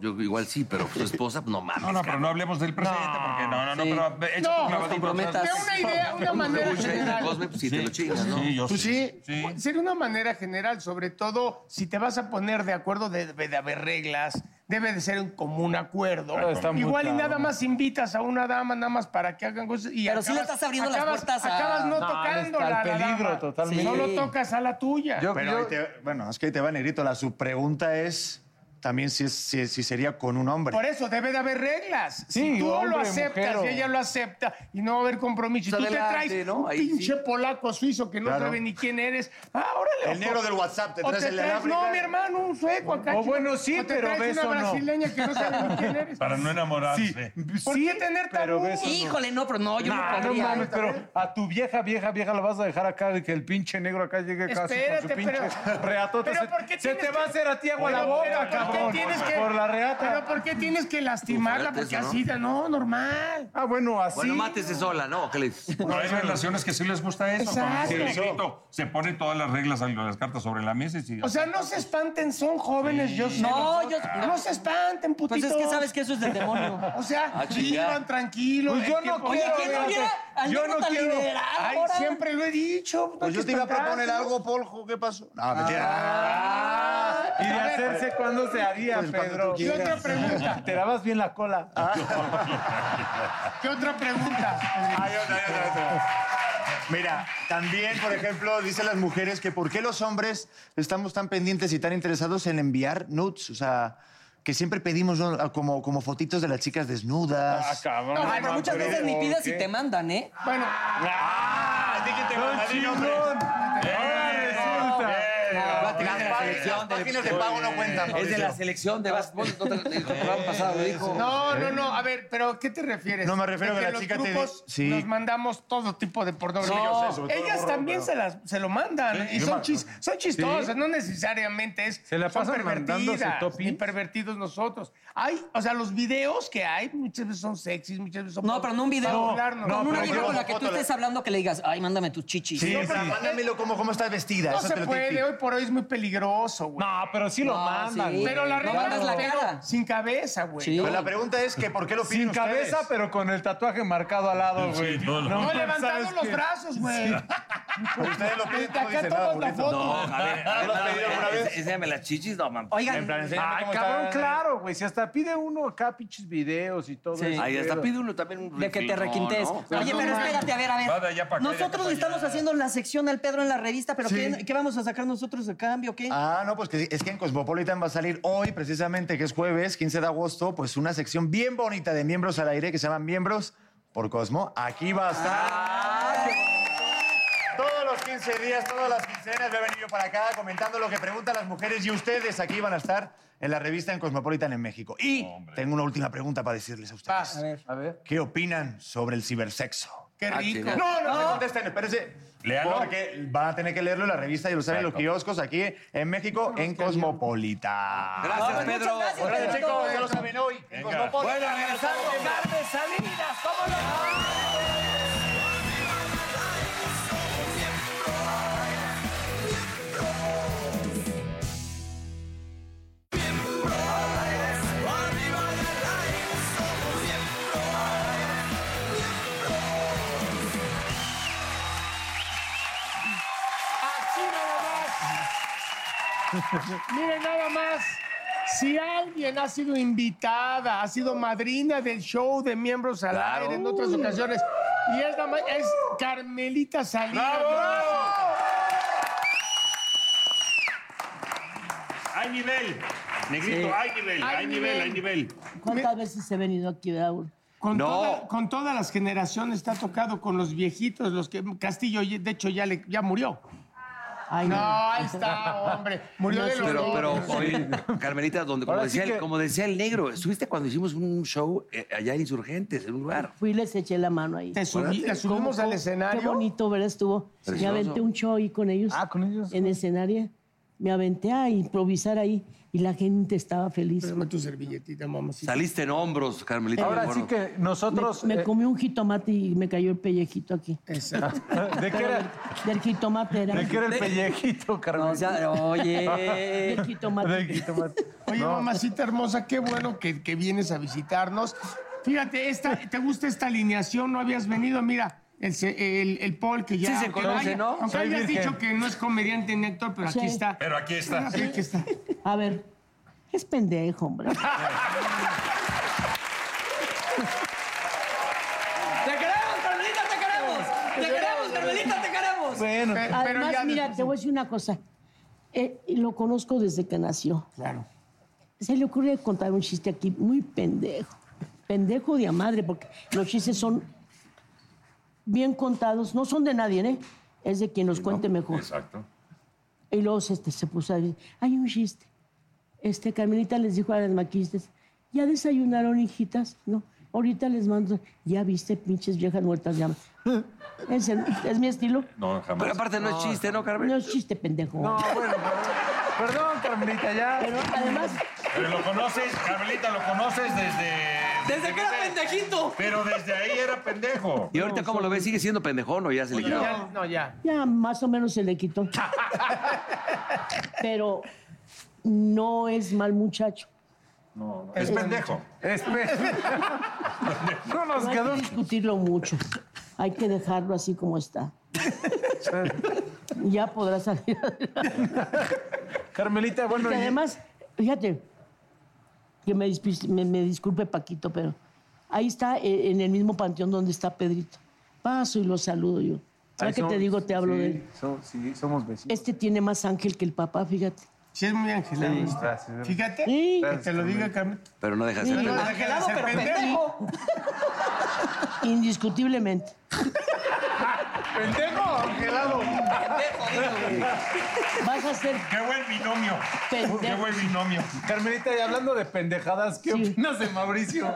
Speaker 6: yo igual sí, pero su esposa, pues, no mames.
Speaker 4: No, no, pero no hablemos del presente, porque no, no, no,
Speaker 6: Sí.
Speaker 4: pero echa
Speaker 6: No,
Speaker 4: tu
Speaker 6: no
Speaker 4: clavadito.
Speaker 6: te comprometas.
Speaker 4: o sea,
Speaker 6: De una idea,
Speaker 5: una manera general.
Speaker 6: Cosme, pues, sí te lo chingas, ¿no?
Speaker 4: Sí, yo
Speaker 5: Pues
Speaker 4: sí.
Speaker 5: sí. Sería una manera general, sobre todo si te vas a poner de acuerdo, debe de haber reglas, debe de ser un común acuerdo.
Speaker 8: Claro, está muy
Speaker 5: Igual y
Speaker 8: claro.
Speaker 5: nada más invitas a una dama, nada más para que hagan cosas. Y
Speaker 2: Pero sí le estás abriendo las puertas a-
Speaker 5: Acabas no,
Speaker 8: No,
Speaker 5: tocándola.
Speaker 8: está el
Speaker 5: a la
Speaker 8: peligro,
Speaker 5: dama.
Speaker 8: totalmente.
Speaker 5: Solo
Speaker 8: Sí.
Speaker 5: tocas a la tuya.
Speaker 7: Pero ahí te- bueno, es que ahí te va, Negrito. La subpregunta es también si, es- si- si sería con un hombre.
Speaker 5: Por eso debe de haber reglas.
Speaker 7: Sí,
Speaker 5: si tú
Speaker 7: hombre,
Speaker 5: lo aceptas
Speaker 7: mujer o-
Speaker 5: y ella lo acepta y no va a haber compromiso. Y tú
Speaker 7: Pues adelante,
Speaker 5: te traes
Speaker 7: ¿no?
Speaker 5: un
Speaker 7: Ahí sí.
Speaker 5: pinche polaco suizo que no
Speaker 7: Claro.
Speaker 5: sabe ni quién eres. Ah, órale.
Speaker 7: El
Speaker 5: o-
Speaker 7: negro del WhatsApp, te
Speaker 5: o
Speaker 7: traes el de África.
Speaker 5: No, mi hermano, un sueco acá.
Speaker 8: O
Speaker 5: chico.
Speaker 8: bueno, sí,
Speaker 5: O te
Speaker 8: pero
Speaker 5: traes
Speaker 8: beso
Speaker 5: una
Speaker 8: no.
Speaker 5: brasileña que no sabe ni quién eres.
Speaker 4: Para no enamorarse.
Speaker 5: ¿Por qué tener
Speaker 8: pero
Speaker 5: tabú?
Speaker 8: besos no.
Speaker 2: Híjole, no, pero no, yo no
Speaker 8: Nah, no
Speaker 2: podría.
Speaker 8: mames, pero a tu vieja, vieja, vieja la vas a dejar acá de que el pinche negro acá llegue casi con
Speaker 5: Espérate,
Speaker 8: su pinche
Speaker 5: pero-
Speaker 8: reatota.
Speaker 5: pero
Speaker 8: Se-
Speaker 5: ¿por qué
Speaker 8: se,
Speaker 5: tienes
Speaker 8: te va a
Speaker 5: que-
Speaker 8: hacer a ti agua la
Speaker 5: Pero- pero
Speaker 8: boca,
Speaker 5: ¿por qué
Speaker 8: cabrón.
Speaker 5: tienes que-
Speaker 8: Por la reata.
Speaker 5: Pero ¿por qué tienes que lastimarla?
Speaker 6: Pues,
Speaker 5: Porque
Speaker 6: ¿no?
Speaker 5: así, no, normal.
Speaker 8: Ah, bueno, así.
Speaker 6: Bueno, mátese sola, ¿no? ¿Qué le dices?
Speaker 4: Pero hay relaciones que sí les gusta eso. como
Speaker 5: Exacto.
Speaker 4: el negrito, se pone todas las reglas, las cartas sobre la mesa y sigue.
Speaker 5: O sea, no se espanten, son jóvenes, yo sé.
Speaker 2: No, yo-
Speaker 5: No se espanten,
Speaker 2: Pues
Speaker 5: putitos.
Speaker 2: es que sabes que eso es del demonio.
Speaker 5: O sea,
Speaker 6: Ah, chinga.
Speaker 5: vivan tranquilos.
Speaker 8: Pues yo
Speaker 5: el
Speaker 8: no
Speaker 5: tiempo-
Speaker 2: Oye,
Speaker 8: quiero,
Speaker 2: ¿quién no
Speaker 8: fíjate.
Speaker 2: quiere al
Speaker 8: Yo
Speaker 2: negro
Speaker 8: no
Speaker 2: tan
Speaker 8: quiero.
Speaker 2: liberal?
Speaker 5: Ay,
Speaker 2: ahora?
Speaker 5: siempre lo he dicho. no
Speaker 7: Pues
Speaker 5: hay
Speaker 7: yo
Speaker 5: que
Speaker 7: te iba a proponer
Speaker 5: espantarse.
Speaker 7: algo, Poljo. ¿Qué pasó? No, mentira.
Speaker 8: Ah, y de hacerse cuando se haría,
Speaker 7: Pues cuando
Speaker 8: Pedro.
Speaker 7: tú
Speaker 5: Y otra
Speaker 7: quieras.
Speaker 5: pregunta,
Speaker 8: Te dabas bien la cola.
Speaker 5: ¿qué otra pregunta?
Speaker 7: Hay otra, hay otra, hay otra. Mira, también, por ejemplo, dicen las mujeres que por qué los hombres estamos tan pendientes y tan interesados en enviar nudes. O sea, que siempre pedimos ¿no? Ah, como, como fotitos de las chicas desnudas.
Speaker 8: Ah, cabrón.
Speaker 2: No, pero muchas
Speaker 8: pero
Speaker 2: veces ni
Speaker 8: ¿por
Speaker 2: pidas
Speaker 8: qué?
Speaker 2: y te mandan, ¿eh?
Speaker 5: Bueno,
Speaker 7: ¡Ah! Dije te
Speaker 8: ¡Son chingón! Ahora resulta.
Speaker 6: de la selección.
Speaker 7: Las páginas de pago no cuentan.
Speaker 6: Es de
Speaker 7: Mauricio.
Speaker 6: la selección de básquetbol. No te- el programa pasado lo dijo.
Speaker 5: no, no, no, a ver, pero ¿qué te refieres?
Speaker 7: No, me refiero
Speaker 5: De
Speaker 7: a que
Speaker 5: que
Speaker 7: la
Speaker 5: los
Speaker 7: chica te di-
Speaker 5: grupos
Speaker 7: Sí.
Speaker 5: nos mandamos todo tipo de pornografía.
Speaker 7: Sí, yo sé, sobre todo
Speaker 5: Ellas
Speaker 7: porno,
Speaker 5: también
Speaker 7: pero-
Speaker 5: se, las, se lo mandan
Speaker 4: Sí,
Speaker 5: y
Speaker 4: yo
Speaker 5: son,
Speaker 4: me-
Speaker 5: chis- son chistosas, no necesariamente es.
Speaker 8: Se la
Speaker 5: son
Speaker 8: pasan mandando su
Speaker 5: pervertidas,
Speaker 8: toppings.
Speaker 5: ni pervertidos nosotros. Hay, o sea, los videos que hay muchas veces son sexys, muchas veces son.
Speaker 2: No, pero no un
Speaker 5: No,
Speaker 2: video.
Speaker 5: no,
Speaker 2: con una
Speaker 7: pero
Speaker 2: vieja
Speaker 7: yo-
Speaker 2: con la que tú
Speaker 7: foto, la-
Speaker 2: estés hablando que le digas, ay, mándame tus chichis.
Speaker 7: Sí,
Speaker 5: No,
Speaker 7: sí.
Speaker 5: pero-
Speaker 7: Mándamelo como cómo estás vestida.
Speaker 5: No
Speaker 7: eso
Speaker 5: se
Speaker 7: te lo
Speaker 5: puede,
Speaker 7: tipi.
Speaker 5: hoy por hoy es muy peligroso, güey. Ah,
Speaker 8: No, pero sí lo
Speaker 2: No,
Speaker 8: mandan.
Speaker 2: sí.
Speaker 8: güey.
Speaker 5: Pero la
Speaker 2: No
Speaker 5: regla
Speaker 2: mandas la
Speaker 5: pero
Speaker 2: cara.
Speaker 5: sin cabeza, güey.
Speaker 2: Sí.
Speaker 7: Pero la pregunta es que por qué lo piden
Speaker 8: Sin cabeza,
Speaker 7: ustedes?
Speaker 8: pero con el tatuaje marcado al lado,
Speaker 4: Sí,
Speaker 8: güey.
Speaker 4: todo lo-
Speaker 5: No,
Speaker 3: pues,
Speaker 8: mames,
Speaker 5: levantando
Speaker 8: ¿sabes
Speaker 5: los
Speaker 8: qué?
Speaker 5: brazos, güey.
Speaker 7: Ustedes lo piden
Speaker 5: Desde
Speaker 7: como
Speaker 5: acá
Speaker 7: dicen, nada,
Speaker 5: tomas la
Speaker 7: bonito.
Speaker 5: foto.
Speaker 6: A ver,
Speaker 7: ¿No lo has pedido
Speaker 6: Eh,
Speaker 7: alguna vez?
Speaker 6: Enséñame las chichis, no, mames.
Speaker 7: En
Speaker 2: Oigan,
Speaker 7: plan, enséñame
Speaker 8: Ah,
Speaker 7: cómo está.
Speaker 8: cabrón, claro, güey. Si hasta pide uno acá pinches videos y todo
Speaker 2: Sí.
Speaker 8: eso.
Speaker 6: Ahí
Speaker 8: pero-
Speaker 6: hasta pide uno también un
Speaker 2: de que te
Speaker 6: refil,
Speaker 2: requintes.
Speaker 6: ¿no?
Speaker 2: Oye, pero espérate, a ver, a
Speaker 4: Va de
Speaker 2: ver.
Speaker 4: allá para acá, de allá
Speaker 2: Nosotros
Speaker 4: para
Speaker 2: le estamos
Speaker 4: allá.
Speaker 2: haciendo la sección al Pedro en la revista, pero
Speaker 7: Sí.
Speaker 2: ¿qué, qué vamos a sacar nosotros de cambio? ¿Qué?
Speaker 7: Ah, no, pues que sí, es que en Cosmopolitan va a salir hoy, precisamente, que es jueves, 15 de agosto, pues una sección bien bonita de miembros al aire que se llama Miembros por Cosmo. Aquí va a estar. Todos los 15 días, todas las quincenas voy a venir yo para acá comentando lo que preguntan las mujeres y ustedes aquí van a estar en la revista en Cosmopolitan en México. Y tengo una última pregunta para decirles a ustedes.
Speaker 2: A ver.
Speaker 8: A ver. Ah,
Speaker 7: ¿Qué opinan sobre el cibersexo?
Speaker 5: Qué rico.
Speaker 6: chingada.
Speaker 7: No, no, no contesten, espérense.
Speaker 4: Léalo.
Speaker 7: Porque van a tener que leerlo en la revista y lo saben en los kioscos aquí en México en Cosmopolitan.
Speaker 6: Gracias,
Speaker 2: pues, muchas
Speaker 6: Pedro.
Speaker 2: gracias,
Speaker 6: Órale,
Speaker 2: Pedro.
Speaker 6: chicos.
Speaker 7: ya lo saben hoy. en Cosmopolitan.
Speaker 6: Bueno, regresamos.
Speaker 5: Así nada más. Miren nada más. Si alguien ha sido invitada, ha sido madrina del show de miembros al
Speaker 6: Claro.
Speaker 5: aire en otras ocasiones, y es, nada más- es Carmelita Salinas.
Speaker 4: Hay nivel. Negrito, hay nivel,
Speaker 5: Hay
Speaker 4: hay nivel,
Speaker 5: nivel.
Speaker 4: hay nivel.
Speaker 5: ¿Cuántas
Speaker 2: veces he venido aquí, Raúl?
Speaker 5: Con,
Speaker 6: No.
Speaker 5: toda- con todas las generaciones te ha tocado, con los viejitos, los que Castillo, ye- de hecho, ya, le, ya murió.
Speaker 2: Ay,
Speaker 5: No, ahí está, hombre. Murió de los
Speaker 6: Pero, pero, oye, Carmelita, donde, como,
Speaker 8: Ahora sí
Speaker 6: decía, el-
Speaker 8: que-
Speaker 6: como decía el negro, estuviste cuando hicimos un show eh, allá en Insurgentes, en un lugar.
Speaker 9: Fui y les eché la mano ahí.
Speaker 5: Te subí- la subimos al escenario.
Speaker 9: Qué bonito, ¿verdad? Estuvo. Me
Speaker 6: Precioso.
Speaker 9: aventé un show ahí con ellos.
Speaker 8: Ah, con ellos.
Speaker 9: En escenario. me aventé a improvisar ahí y la gente estaba feliz.
Speaker 5: tu servilletita, mamacita.
Speaker 6: Saliste en hombros, Carmelita.
Speaker 5: Ahora
Speaker 6: me
Speaker 5: sí
Speaker 6: acuerdo.
Speaker 5: que nosotros,
Speaker 9: Me, me
Speaker 5: eh,
Speaker 9: comí un jitomate y me cayó el pellejito aquí.
Speaker 5: Exacto. ¿De qué era?
Speaker 9: Del jitomate era.
Speaker 5: ¿De qué era el pellejito, Carmen?
Speaker 9: De jitomate.
Speaker 5: De jitomate. Oye, mamacita hermosa, qué bueno que, que vienes a visitarnos. Fíjate, esta, ¿te gusta esta alineación? No habías venido, mira. El, se- el, el Paul que ya...
Speaker 2: Sí se
Speaker 5: aunque
Speaker 2: conoce,
Speaker 5: haya-
Speaker 2: ¿no?
Speaker 5: Aunque
Speaker 2: Soy
Speaker 5: hayas
Speaker 2: virgen.
Speaker 5: dicho que no es comediante ni actor, pero
Speaker 9: Sí.
Speaker 5: aquí está.
Speaker 4: Pero aquí está.
Speaker 5: Sí, aquí está.
Speaker 9: A ver, es pendejo, hombre.
Speaker 2: ¡Te queremos, Carmelita, te queremos! ¡Te queremos, Carmelita, te queremos!
Speaker 5: Pues.
Speaker 9: Pe- Además, mira, te voy a decir una cosa. Eh, lo conozco desde que nació.
Speaker 5: Claro.
Speaker 9: Se le ocurre contar un chiste aquí muy pendejo. Pendejo de a madre, porque los chistes son bien contados. No son de nadie, ¿eh? Es de quien los cuente mejor.
Speaker 4: Exacto.
Speaker 9: Y luego se, este, se puso a decir, hay un chiste. Este, Carmelita les dijo a las maquillistas, ¿ya desayunaron, hijitas? No, ahorita les mando, ya viste, pinches viejas muertas llamas. Es, el- es mi estilo.
Speaker 4: No, jamás.
Speaker 6: Pero aparte no es chiste, ¿no, Carmen?
Speaker 9: No es chiste, pendejo.
Speaker 5: Perdón, Carmelita, ya.
Speaker 9: Pero además,
Speaker 4: Pero lo conoces, Carmelita, lo conoces desde.
Speaker 2: Desde que era pendejito.
Speaker 4: Pero desde ahí era pendejo.
Speaker 6: ¿Y ahorita cómo lo ves? ¿Sigue siendo pendejón o ya se le quitó?
Speaker 5: Ya, no, ya.
Speaker 9: ya más o menos se le quitó. Pero no es mal muchacho.
Speaker 4: No,
Speaker 3: Este,
Speaker 4: es pendejo.
Speaker 5: Es no
Speaker 8: Pues,
Speaker 5: nos
Speaker 9: No hay
Speaker 5: quedó...
Speaker 9: que discutirlo mucho. Hay que dejarlo así como está. ya podrá salir
Speaker 5: Carmelita, bueno...
Speaker 9: Porque
Speaker 5: y-
Speaker 9: además, fíjate, que me, dispi- me- me disculpe Paquito, pero ahí está eh, en el mismo panteón donde está Pedrito. Paso y lo saludo yo. ¿Sabes qué
Speaker 8: Ahí
Speaker 9: te
Speaker 8: somos-
Speaker 9: digo? Te hablo
Speaker 8: sí,
Speaker 9: de él.
Speaker 8: so- sí, somos vecinos.
Speaker 9: Este tiene más ángel que el papá, fíjate.
Speaker 5: Sí, es muy angelado. este.
Speaker 8: gracias.
Speaker 5: Fíjate,
Speaker 9: Sí.
Speaker 5: que te lo diga Carmen.
Speaker 6: Pero no deja de ser
Speaker 9: Sí.
Speaker 6: pendejo.
Speaker 2: Angelado, pero pendejo.
Speaker 9: Indiscutiblemente.
Speaker 5: Pendejo, angelado.
Speaker 9: Vas a ser
Speaker 4: Qué buen binomio. Qué
Speaker 9: pendejo.
Speaker 4: buen binomio.
Speaker 8: Carmelita, y hablando de pendejadas, ¿qué
Speaker 9: Sí.
Speaker 8: opinas de Mauricio?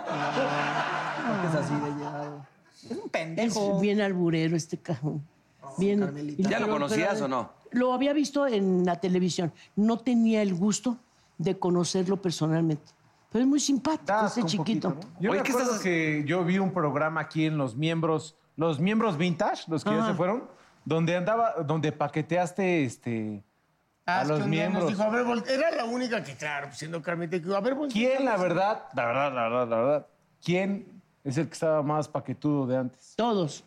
Speaker 9: Es bien alburero este cajón. Bien.
Speaker 6: ¿Ya lo
Speaker 9: Pero-
Speaker 6: conocías
Speaker 9: pero-
Speaker 6: o no?
Speaker 9: Lo había visto en la televisión. No tenía el gusto de conocerlo personalmente. Pero es muy simpático
Speaker 8: Da asco
Speaker 9: ese
Speaker 8: un
Speaker 9: chiquito.
Speaker 8: poquito, ¿no? Yo
Speaker 6: Oye,
Speaker 8: me
Speaker 6: ¿qué
Speaker 8: acuerdo
Speaker 6: estás-
Speaker 8: que yo vi un programa aquí en los miembros, los miembros vintage, los que ya
Speaker 9: Ajá.
Speaker 8: se fueron, donde andaba, donde paqueteaste este a
Speaker 5: Ah, es que
Speaker 8: los
Speaker 5: un día nos
Speaker 8: miembros.
Speaker 5: dijo, a ver, vol- era la única que, claro, pues, siendo Carmelita, dijo, a ver, vol-
Speaker 8: ¿Quién, la verdad, la verdad, la verdad, la verdad, quién es el que estaba más paquetudo de antes?
Speaker 9: Todos.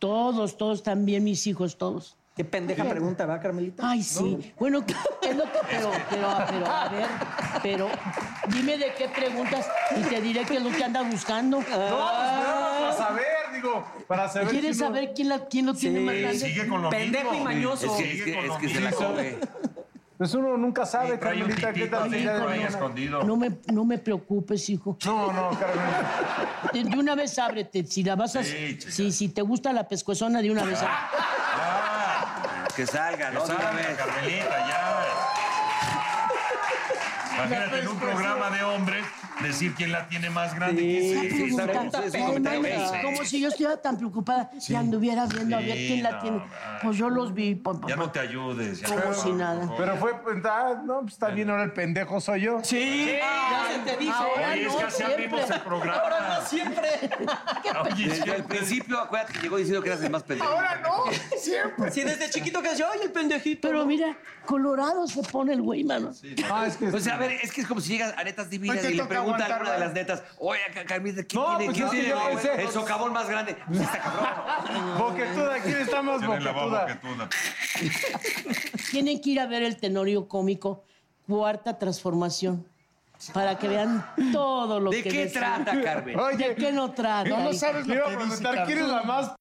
Speaker 9: Todos, todos también, mis hijos, todos.
Speaker 2: Qué pendeja pregunta, ¿verdad, Carmelita?
Speaker 9: Ay, sí. Bueno, es lo que- pero, pero, pero, a ver, pero dime de qué preguntas y te diré qué es lo que anda buscando. Ah.
Speaker 8: Para saber, digo, pues, para saber.
Speaker 9: ¿Quieres
Speaker 8: si uno-
Speaker 9: saber quién, la, quién lo tiene más grande?
Speaker 4: Sigue con lo
Speaker 2: Pendejo
Speaker 4: mismo.
Speaker 2: y mañoso.
Speaker 6: Es que,
Speaker 4: Sigue
Speaker 6: es que-
Speaker 4: con
Speaker 6: es
Speaker 4: lo
Speaker 6: que se la
Speaker 4: mismo.
Speaker 6: come.
Speaker 8: Pues uno nunca sabe,
Speaker 4: Y trae un
Speaker 8: Carmelita, qué
Speaker 4: tipito
Speaker 8: tal. si ya
Speaker 4: adentro ahí
Speaker 8: de-
Speaker 4: escondido.
Speaker 9: No me, no me preocupes, hijo.
Speaker 8: No, no, Carmelita.
Speaker 9: De, de una vez ábrete. Si la vas a.
Speaker 4: Sí, chica.
Speaker 9: si, si te gusta la pescuezona, de una vez
Speaker 2: Ah,
Speaker 9: ábrete.
Speaker 6: Que salga, ¿no?
Speaker 4: Que
Speaker 6: De una
Speaker 4: salga,
Speaker 6: vez.
Speaker 4: Carmelita, ya. Imagínate en un programa de hombres decir quién la tiene más grande. ¿Quién
Speaker 9: Esa
Speaker 4: sí,
Speaker 9: pregunta.
Speaker 6: sabemos eso,
Speaker 9: Ay,
Speaker 6: sabemos
Speaker 9: mami,
Speaker 6: eso.
Speaker 9: Como si yo estuviera tan preocupada y anduviera viendo a ver
Speaker 4: Sí,
Speaker 9: quién la
Speaker 4: no,
Speaker 9: tiene.
Speaker 4: man.
Speaker 9: Pues yo los vi. pa- pa-
Speaker 4: Ya no te ayudes. ya,
Speaker 9: Como
Speaker 4: por
Speaker 9: si
Speaker 4: favor,
Speaker 9: nada.
Speaker 4: por favor.
Speaker 8: Pero fue, pues, ah, no, pues está bien, ahora el pendejo soy yo.
Speaker 2: Sí, ya se te dijo.
Speaker 9: Ahora
Speaker 4: Oye, es que
Speaker 9: no,
Speaker 4: así
Speaker 9: siempre.
Speaker 4: abrimos el
Speaker 2: Ahora
Speaker 4: programa.
Speaker 2: no siempre.
Speaker 4: Oye,
Speaker 6: Desde el
Speaker 4: siempre.
Speaker 6: principio, acuérdate que llegó diciendo que eras el más pendejo.
Speaker 5: Ahora no, siempre.
Speaker 2: Si desde chiquito que yo, ay, el pendejito.
Speaker 9: Pero mira, colorado se pone el güey, mano.
Speaker 8: Ah, es que.
Speaker 6: O sea, Pues, a ver, es que es como si llegas a netas divinas
Speaker 5: Hoy te
Speaker 6: y le
Speaker 5: toca
Speaker 6: pregunta a
Speaker 5: aguantar,
Speaker 6: alguna de
Speaker 5: ¿vale?
Speaker 6: las netas, oye, Ca- Carmita, ¿quién
Speaker 8: No,
Speaker 6: tiene,
Speaker 8: pues
Speaker 6: quién
Speaker 8: es que
Speaker 6: tiene
Speaker 8: yo
Speaker 6: el,
Speaker 8: pensé-
Speaker 6: el socavón más grande? Pues está cabrón.
Speaker 8: Boquetuda, ¿quién está más
Speaker 4: Tiene la
Speaker 8: boquetuda?
Speaker 4: boca que tú, la-
Speaker 9: Tienen que ir a ver el tenorio cómico, cuarta transformación, para que vean todo lo
Speaker 6: ¿De
Speaker 9: que
Speaker 6: qué
Speaker 9: les-
Speaker 6: trata, Carmen?
Speaker 9: ¿De
Speaker 8: Oye,
Speaker 9: qué no trata?
Speaker 5: No, no
Speaker 9: hija?
Speaker 5: sabes
Speaker 8: le
Speaker 5: lo
Speaker 8: iba a
Speaker 5: que dice,
Speaker 8: preguntar, ¿quién es la
Speaker 5: cabrón.
Speaker 8: más p-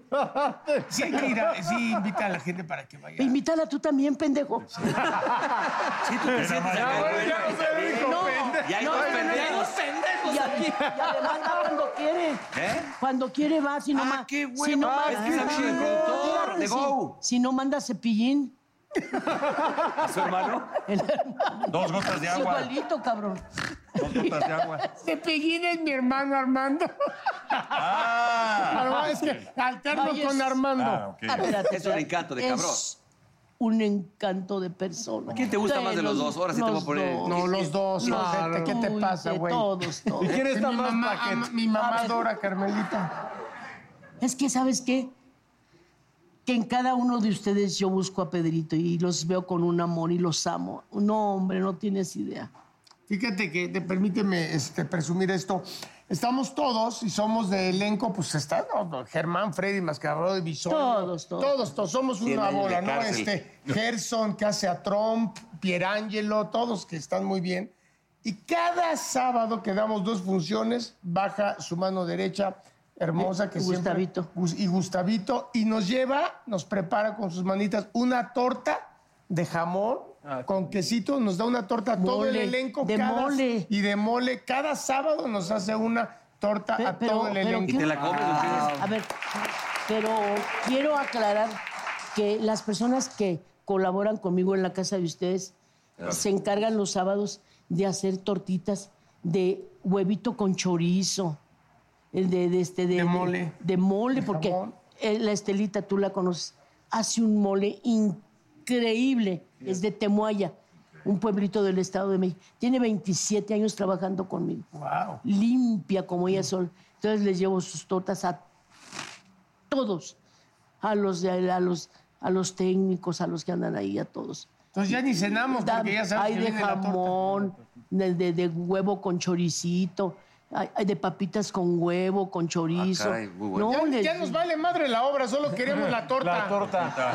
Speaker 5: Sí, hay que ir a, sí, invita a la gente para que vaya.
Speaker 9: Invítala tú también, pendejo.
Speaker 6: Sí, tú te sientes
Speaker 4: Ya,
Speaker 6: acá,
Speaker 4: bueno,
Speaker 6: güey.
Speaker 8: Ya no soy el único
Speaker 9: No.
Speaker 8: pendejo.
Speaker 6: Y hay dos
Speaker 2: Hay dos
Speaker 6: pendejos.
Speaker 2: pendejos
Speaker 9: Y,
Speaker 2: aquí.
Speaker 9: a- y además va cuando quiere.
Speaker 6: ¿Eh?
Speaker 9: Cuando quiere va, si no
Speaker 6: Ah,
Speaker 9: ma-
Speaker 6: qué
Speaker 9: Si
Speaker 6: bueno.
Speaker 9: no
Speaker 6: Ah,
Speaker 9: ma-
Speaker 6: es que es amigo del productor, de
Speaker 9: si-
Speaker 6: Go.
Speaker 9: si no manda cepillín,
Speaker 6: ¿A su hermano?
Speaker 9: el hermano.
Speaker 4: Dos gotas de
Speaker 9: Es
Speaker 4: agua.
Speaker 9: igualito, cabrón.
Speaker 4: Dos gotas de agua.
Speaker 5: Cepillín es mi hermano Armando.
Speaker 4: Ah,
Speaker 5: Armando, es que alterno
Speaker 9: Ay, es-
Speaker 5: con Armando.
Speaker 4: Ah, ok.
Speaker 9: Ah, espérate,
Speaker 6: Es un
Speaker 9: espérate.
Speaker 6: encanto de
Speaker 9: Es
Speaker 6: cabrón.
Speaker 9: un encanto de persona.
Speaker 6: ¿Quién te gusta más de los dos? Ahora sí te voy a poner-
Speaker 5: No, los dos.
Speaker 9: Los
Speaker 5: ojete, ¿Qué te
Speaker 9: dos,
Speaker 5: pasa,
Speaker 9: de
Speaker 5: güey?
Speaker 9: Todos, todos.
Speaker 5: ¿Y quién está
Speaker 9: Mi
Speaker 5: más
Speaker 9: mamá
Speaker 5: paquete?
Speaker 9: ama-
Speaker 5: Mi mamá
Speaker 9: A ver,
Speaker 5: adora a Carmelita.
Speaker 9: Es que, ¿sabes qué? Que en cada uno de ustedes yo busco a Pedrito y los veo con un amor y los amo. No, hombre, no tienes idea.
Speaker 5: Fíjate que, te, permíteme este, presumir esto. Estamos todos y somos de elenco, pues está no, no, Germán, Freddy, Mascarro, de Todos, todos. Todos, todos. Somos
Speaker 6: Cien
Speaker 5: una
Speaker 6: años
Speaker 5: bola,
Speaker 6: de
Speaker 5: ¿no?
Speaker 6: cárcel.
Speaker 5: Este, Gerson, que hace a Trump, Pierangelo, todos que están muy bien. Y cada sábado que damos dos funciones, baja su mano derecha hermosa que
Speaker 9: Gustavito.
Speaker 5: siempre... Gus- Y Gustavito. Y nos lleva, nos prepara con sus manitas una torta de jamón con quesito. Nos da una torta a todo el
Speaker 9: Mole,
Speaker 5: elenco.
Speaker 9: de
Speaker 5: cada-
Speaker 9: mole.
Speaker 5: Y de mole. Cada sábado nos hace una torta a
Speaker 9: Pero-
Speaker 5: todo el
Speaker 9: pero
Speaker 5: elenco.
Speaker 9: quiero- A ver, pero quiero aclarar que las personas que colaboran conmigo en la casa de ustedes
Speaker 5: Claro.
Speaker 9: se encargan los sábados de hacer tortitas de huevito con chorizo, el de, de este de, mole, de, mole, porque eh, la Estelita tú la conoces, hace un mole increíble, es de Temuaya, un pueblito del estado de México. Tiene 27 años trabajando conmigo
Speaker 5: Wow.
Speaker 9: limpia como ella son. Entonces les llevo sus tortas a todos, a los, de- a los, a los técnicos, a los que andan ahí, a todos.
Speaker 5: Entonces ya ni cenamos, porque ya sabes
Speaker 9: Hay
Speaker 5: que
Speaker 9: de
Speaker 5: viene la torta.
Speaker 9: jamón, de, de- de huevo con choricito, hay, hay de papitas con huevo, con
Speaker 6: Ah,
Speaker 9: chorizo.
Speaker 5: caray,
Speaker 8: muy bueno.
Speaker 9: No,
Speaker 5: ya,
Speaker 9: les-
Speaker 5: ya nos vale madre la obra, solo queremos la torta.
Speaker 8: La torta.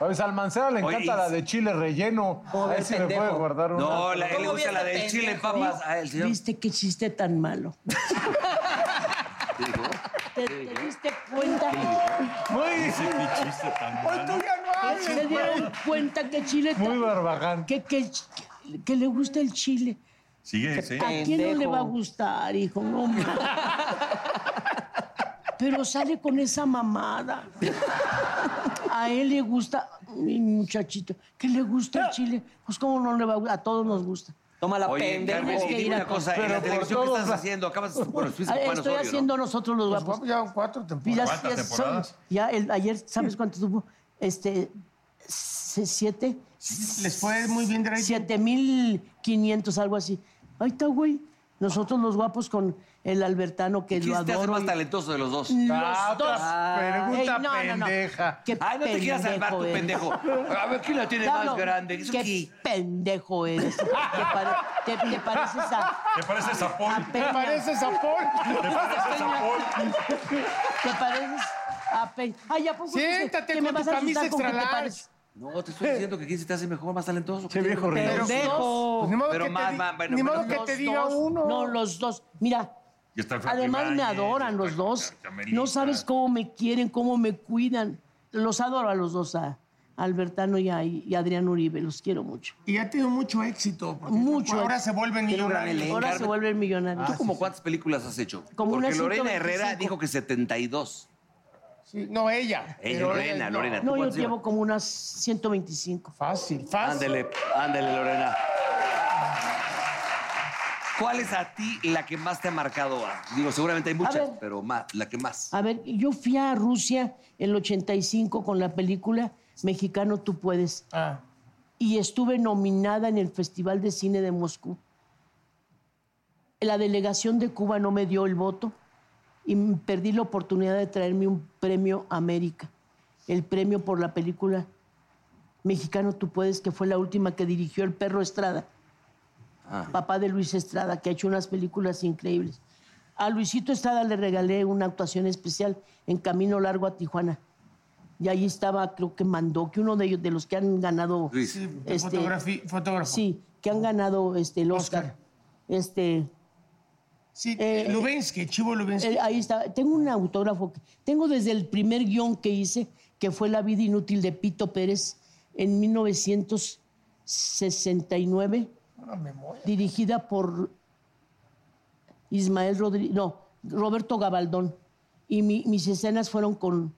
Speaker 8: Oye, Salmancera le encanta la de chile relleno. A ver si me puede guardar una.
Speaker 9: este
Speaker 6: Ah,
Speaker 9: ¿Viste- ¿Viste qué chiste tan malo? ¿Te, te diste cuenta?
Speaker 8: Pues
Speaker 1: Hoy tú ya
Speaker 9: Pues
Speaker 1: no hables,
Speaker 9: ¿Se dieron
Speaker 1: güey.
Speaker 9: cuenta que Chile Muy
Speaker 8: barbaján.
Speaker 9: Que, que, que le gusta el chile.
Speaker 4: Sigue, sí.
Speaker 9: ¿A quién no le va a gustar, hijo? No, hombre. Pero sale con esa mamada. A él le gusta, mi muchachito, que le gusta el chile. Pues cómo no le va a gustar, a todos nos gusta.
Speaker 2: Toma la
Speaker 6: Oye,
Speaker 2: pendejo.
Speaker 6: Carmen, y
Speaker 9: que ir
Speaker 6: dime
Speaker 9: a
Speaker 6: una cosa, en
Speaker 9: comprar.
Speaker 6: la
Speaker 9: Pero por
Speaker 6: televisión que estás
Speaker 9: todos la-
Speaker 6: haciendo, acabas bueno, estuviste
Speaker 9: Ah,
Speaker 6: con Juanes,
Speaker 9: Estoy
Speaker 6: obvio, ¿no?
Speaker 9: haciendo nosotros los guapos.
Speaker 5: ya cuatro
Speaker 9: temporadas.
Speaker 6: ¿Cuántas temporadas?
Speaker 9: ya el- ayer, ¿sabes cuánto tuvo? Este, se- siete.
Speaker 5: Les fue muy bien de
Speaker 9: Siete mil quinientos, algo así. Ahí está, güey. Nosotros los guapos con el Albertano que
Speaker 6: ¿Quién
Speaker 9: lo
Speaker 6: te hace
Speaker 9: adoro.
Speaker 6: más talentoso de los dos?
Speaker 9: Los
Speaker 6: Ah,
Speaker 9: dos.
Speaker 6: otra
Speaker 9: Ey,
Speaker 6: Pregunta
Speaker 9: no, no, no.
Speaker 6: pendeja.
Speaker 9: Mm, Qué
Speaker 6: Ay, no te quieras salvar tu
Speaker 9: pendejo
Speaker 6: pendejo.
Speaker 9: eres.
Speaker 6: A ver, ¿quién la tiene
Speaker 9: Te
Speaker 6: más
Speaker 9: hablo,
Speaker 6: grande? ¿Eso
Speaker 9: qué
Speaker 6: qué?
Speaker 9: pendejo eres. Te, pare- te- te pareces a...
Speaker 4: ¿Te pareces a Paul?
Speaker 9: Peña.
Speaker 5: ¿Te pareces a Paul?
Speaker 4: ¿Te pareces a Paul?
Speaker 9: Te pareces a Peña. Ay, ¿a poco
Speaker 5: Siéntate
Speaker 9: que, que
Speaker 5: con
Speaker 9: me
Speaker 5: tu
Speaker 9: vas a
Speaker 5: camisa
Speaker 9: asustar con que
Speaker 5: extra
Speaker 9: te
Speaker 5: large.
Speaker 9: pareces?
Speaker 6: No, te estoy diciendo que quién se te hace mejor, más talentoso. Qué
Speaker 9: viejo rico. Pendejo.
Speaker 6: Pues
Speaker 9: Ni modo
Speaker 6: Pero
Speaker 9: que te
Speaker 6: más,
Speaker 9: di-
Speaker 6: más, bueno,
Speaker 9: ni modo
Speaker 6: menos
Speaker 9: que
Speaker 6: dos,
Speaker 9: te diga
Speaker 6: dos.
Speaker 9: uno. No, los dos. Mira,
Speaker 4: Y está el Frankie
Speaker 9: además me
Speaker 4: Valles,
Speaker 9: adoran los dos. No sabes cómo me quieren, cómo me cuidan. Los adoro a los dos, a Albertano y a, y a Adrián Uribe. Los quiero mucho.
Speaker 5: Y ha tenido mucho éxito. porque
Speaker 9: Mucho.
Speaker 5: Ahora se vuelven
Speaker 6: Tiene un gran
Speaker 5: millonarios.
Speaker 6: elenco.
Speaker 9: Ahora se vuelven millonarios.
Speaker 8: Ah,
Speaker 6: ¿Tú como cuántas películas has hecho?
Speaker 9: Como
Speaker 6: Porque
Speaker 9: unas
Speaker 6: Lorena
Speaker 9: 125.
Speaker 6: Herrera dijo que 72.
Speaker 5: Sí, No, ella.
Speaker 6: Ella,
Speaker 5: Pero
Speaker 6: Eh, Lorena,
Speaker 5: él no.
Speaker 6: Lorena. ¿tú
Speaker 9: No, yo
Speaker 6: cuántas
Speaker 9: llevo como unas 125.
Speaker 5: Fácil,
Speaker 6: llevas? Ándele, ándele, Lorena. ¿Cuál es a ti la que más te ha marcado? Digo, seguramente hay muchas,
Speaker 9: ver. Ah,
Speaker 6: pero más, la que más.
Speaker 9: A ver, yo fui a Rusia el 85 con la película Mexicano Tú Puedes.
Speaker 5: Ah.
Speaker 9: Y estuve nominada en el Festival de Cine de Moscú. La delegación de Cuba no me dio el voto y m- perdí la oportunidad de traerme un premio América, el premio por la película Mexicano Tú Puedes, que fue la última que dirigió el perro Estrada, papá de Luis Estrada, que ha hecho unas películas increíbles. A Luisito Estrada le regalé una actuación especial en Camino Largo a Tijuana. Y ahí estaba, creo que mandó, que uno de ellos, de los que han ganado.
Speaker 5: Sí, fotografi- fotógrafo.
Speaker 9: Este, Sí, que han ganado este, el Oscar. Este.
Speaker 5: Sí,
Speaker 9: eh,
Speaker 5: Lubinsky, Chivo Lubinsky.
Speaker 9: eh, ahí está. Tengo un autógrafo. que- Tengo desde el primer guión que hice, que fue La vida inútil de Pito Pérez en 1969,
Speaker 5: Una memoria.
Speaker 9: dirigida por Ismael Rodríguez, no, Roberto Gabaldón. Y mi- mis escenas fueron con,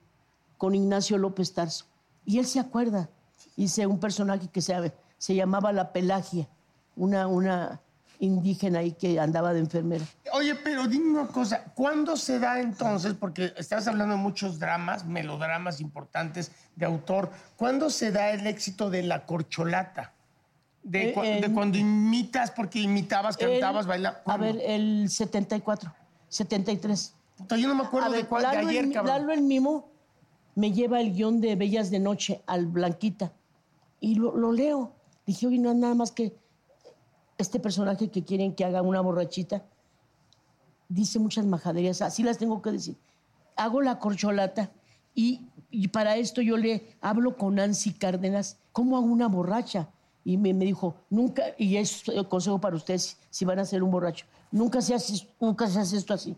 Speaker 9: con Ignacio López Tarso. Y él se acuerda. Hice un personaje que se, se llamaba La Pelagia, una, una, indígena ahí que andaba de enfermera.
Speaker 5: Oye, pero dime una cosa, ¿cuándo se da entonces, porque estás hablando de muchos dramas, melodramas importantes de autor, ¿cuándo se da el éxito de la corcholata? De,
Speaker 9: Eh,
Speaker 5: cua- de
Speaker 9: en-
Speaker 5: cuando imitas, porque imitabas, cantabas,
Speaker 9: El-
Speaker 5: bailabas.
Speaker 9: A ver, el 74, 73.
Speaker 5: yo no me acuerdo
Speaker 9: A
Speaker 5: de cuál- de
Speaker 9: Lalo
Speaker 5: ayer,
Speaker 9: el, mi-
Speaker 5: cabrón.
Speaker 9: Lalo el Mimo me lleva el guión de Bellas de Noche al Blanquita y lo, lo leo. Dije, oye, no es nada más que este personaje que quieren que haga una borrachita. Dice muchas majaderías, así las tengo que decir. Hago la corcholata y, y para esto yo le hablo con Nancy Cárdenas, ¿cómo hago una borracha? Y me, me dijo, nunca, y es eh, consejo para ustedes si van a ser un borracho, nunca se hace, nunca se hace esto así.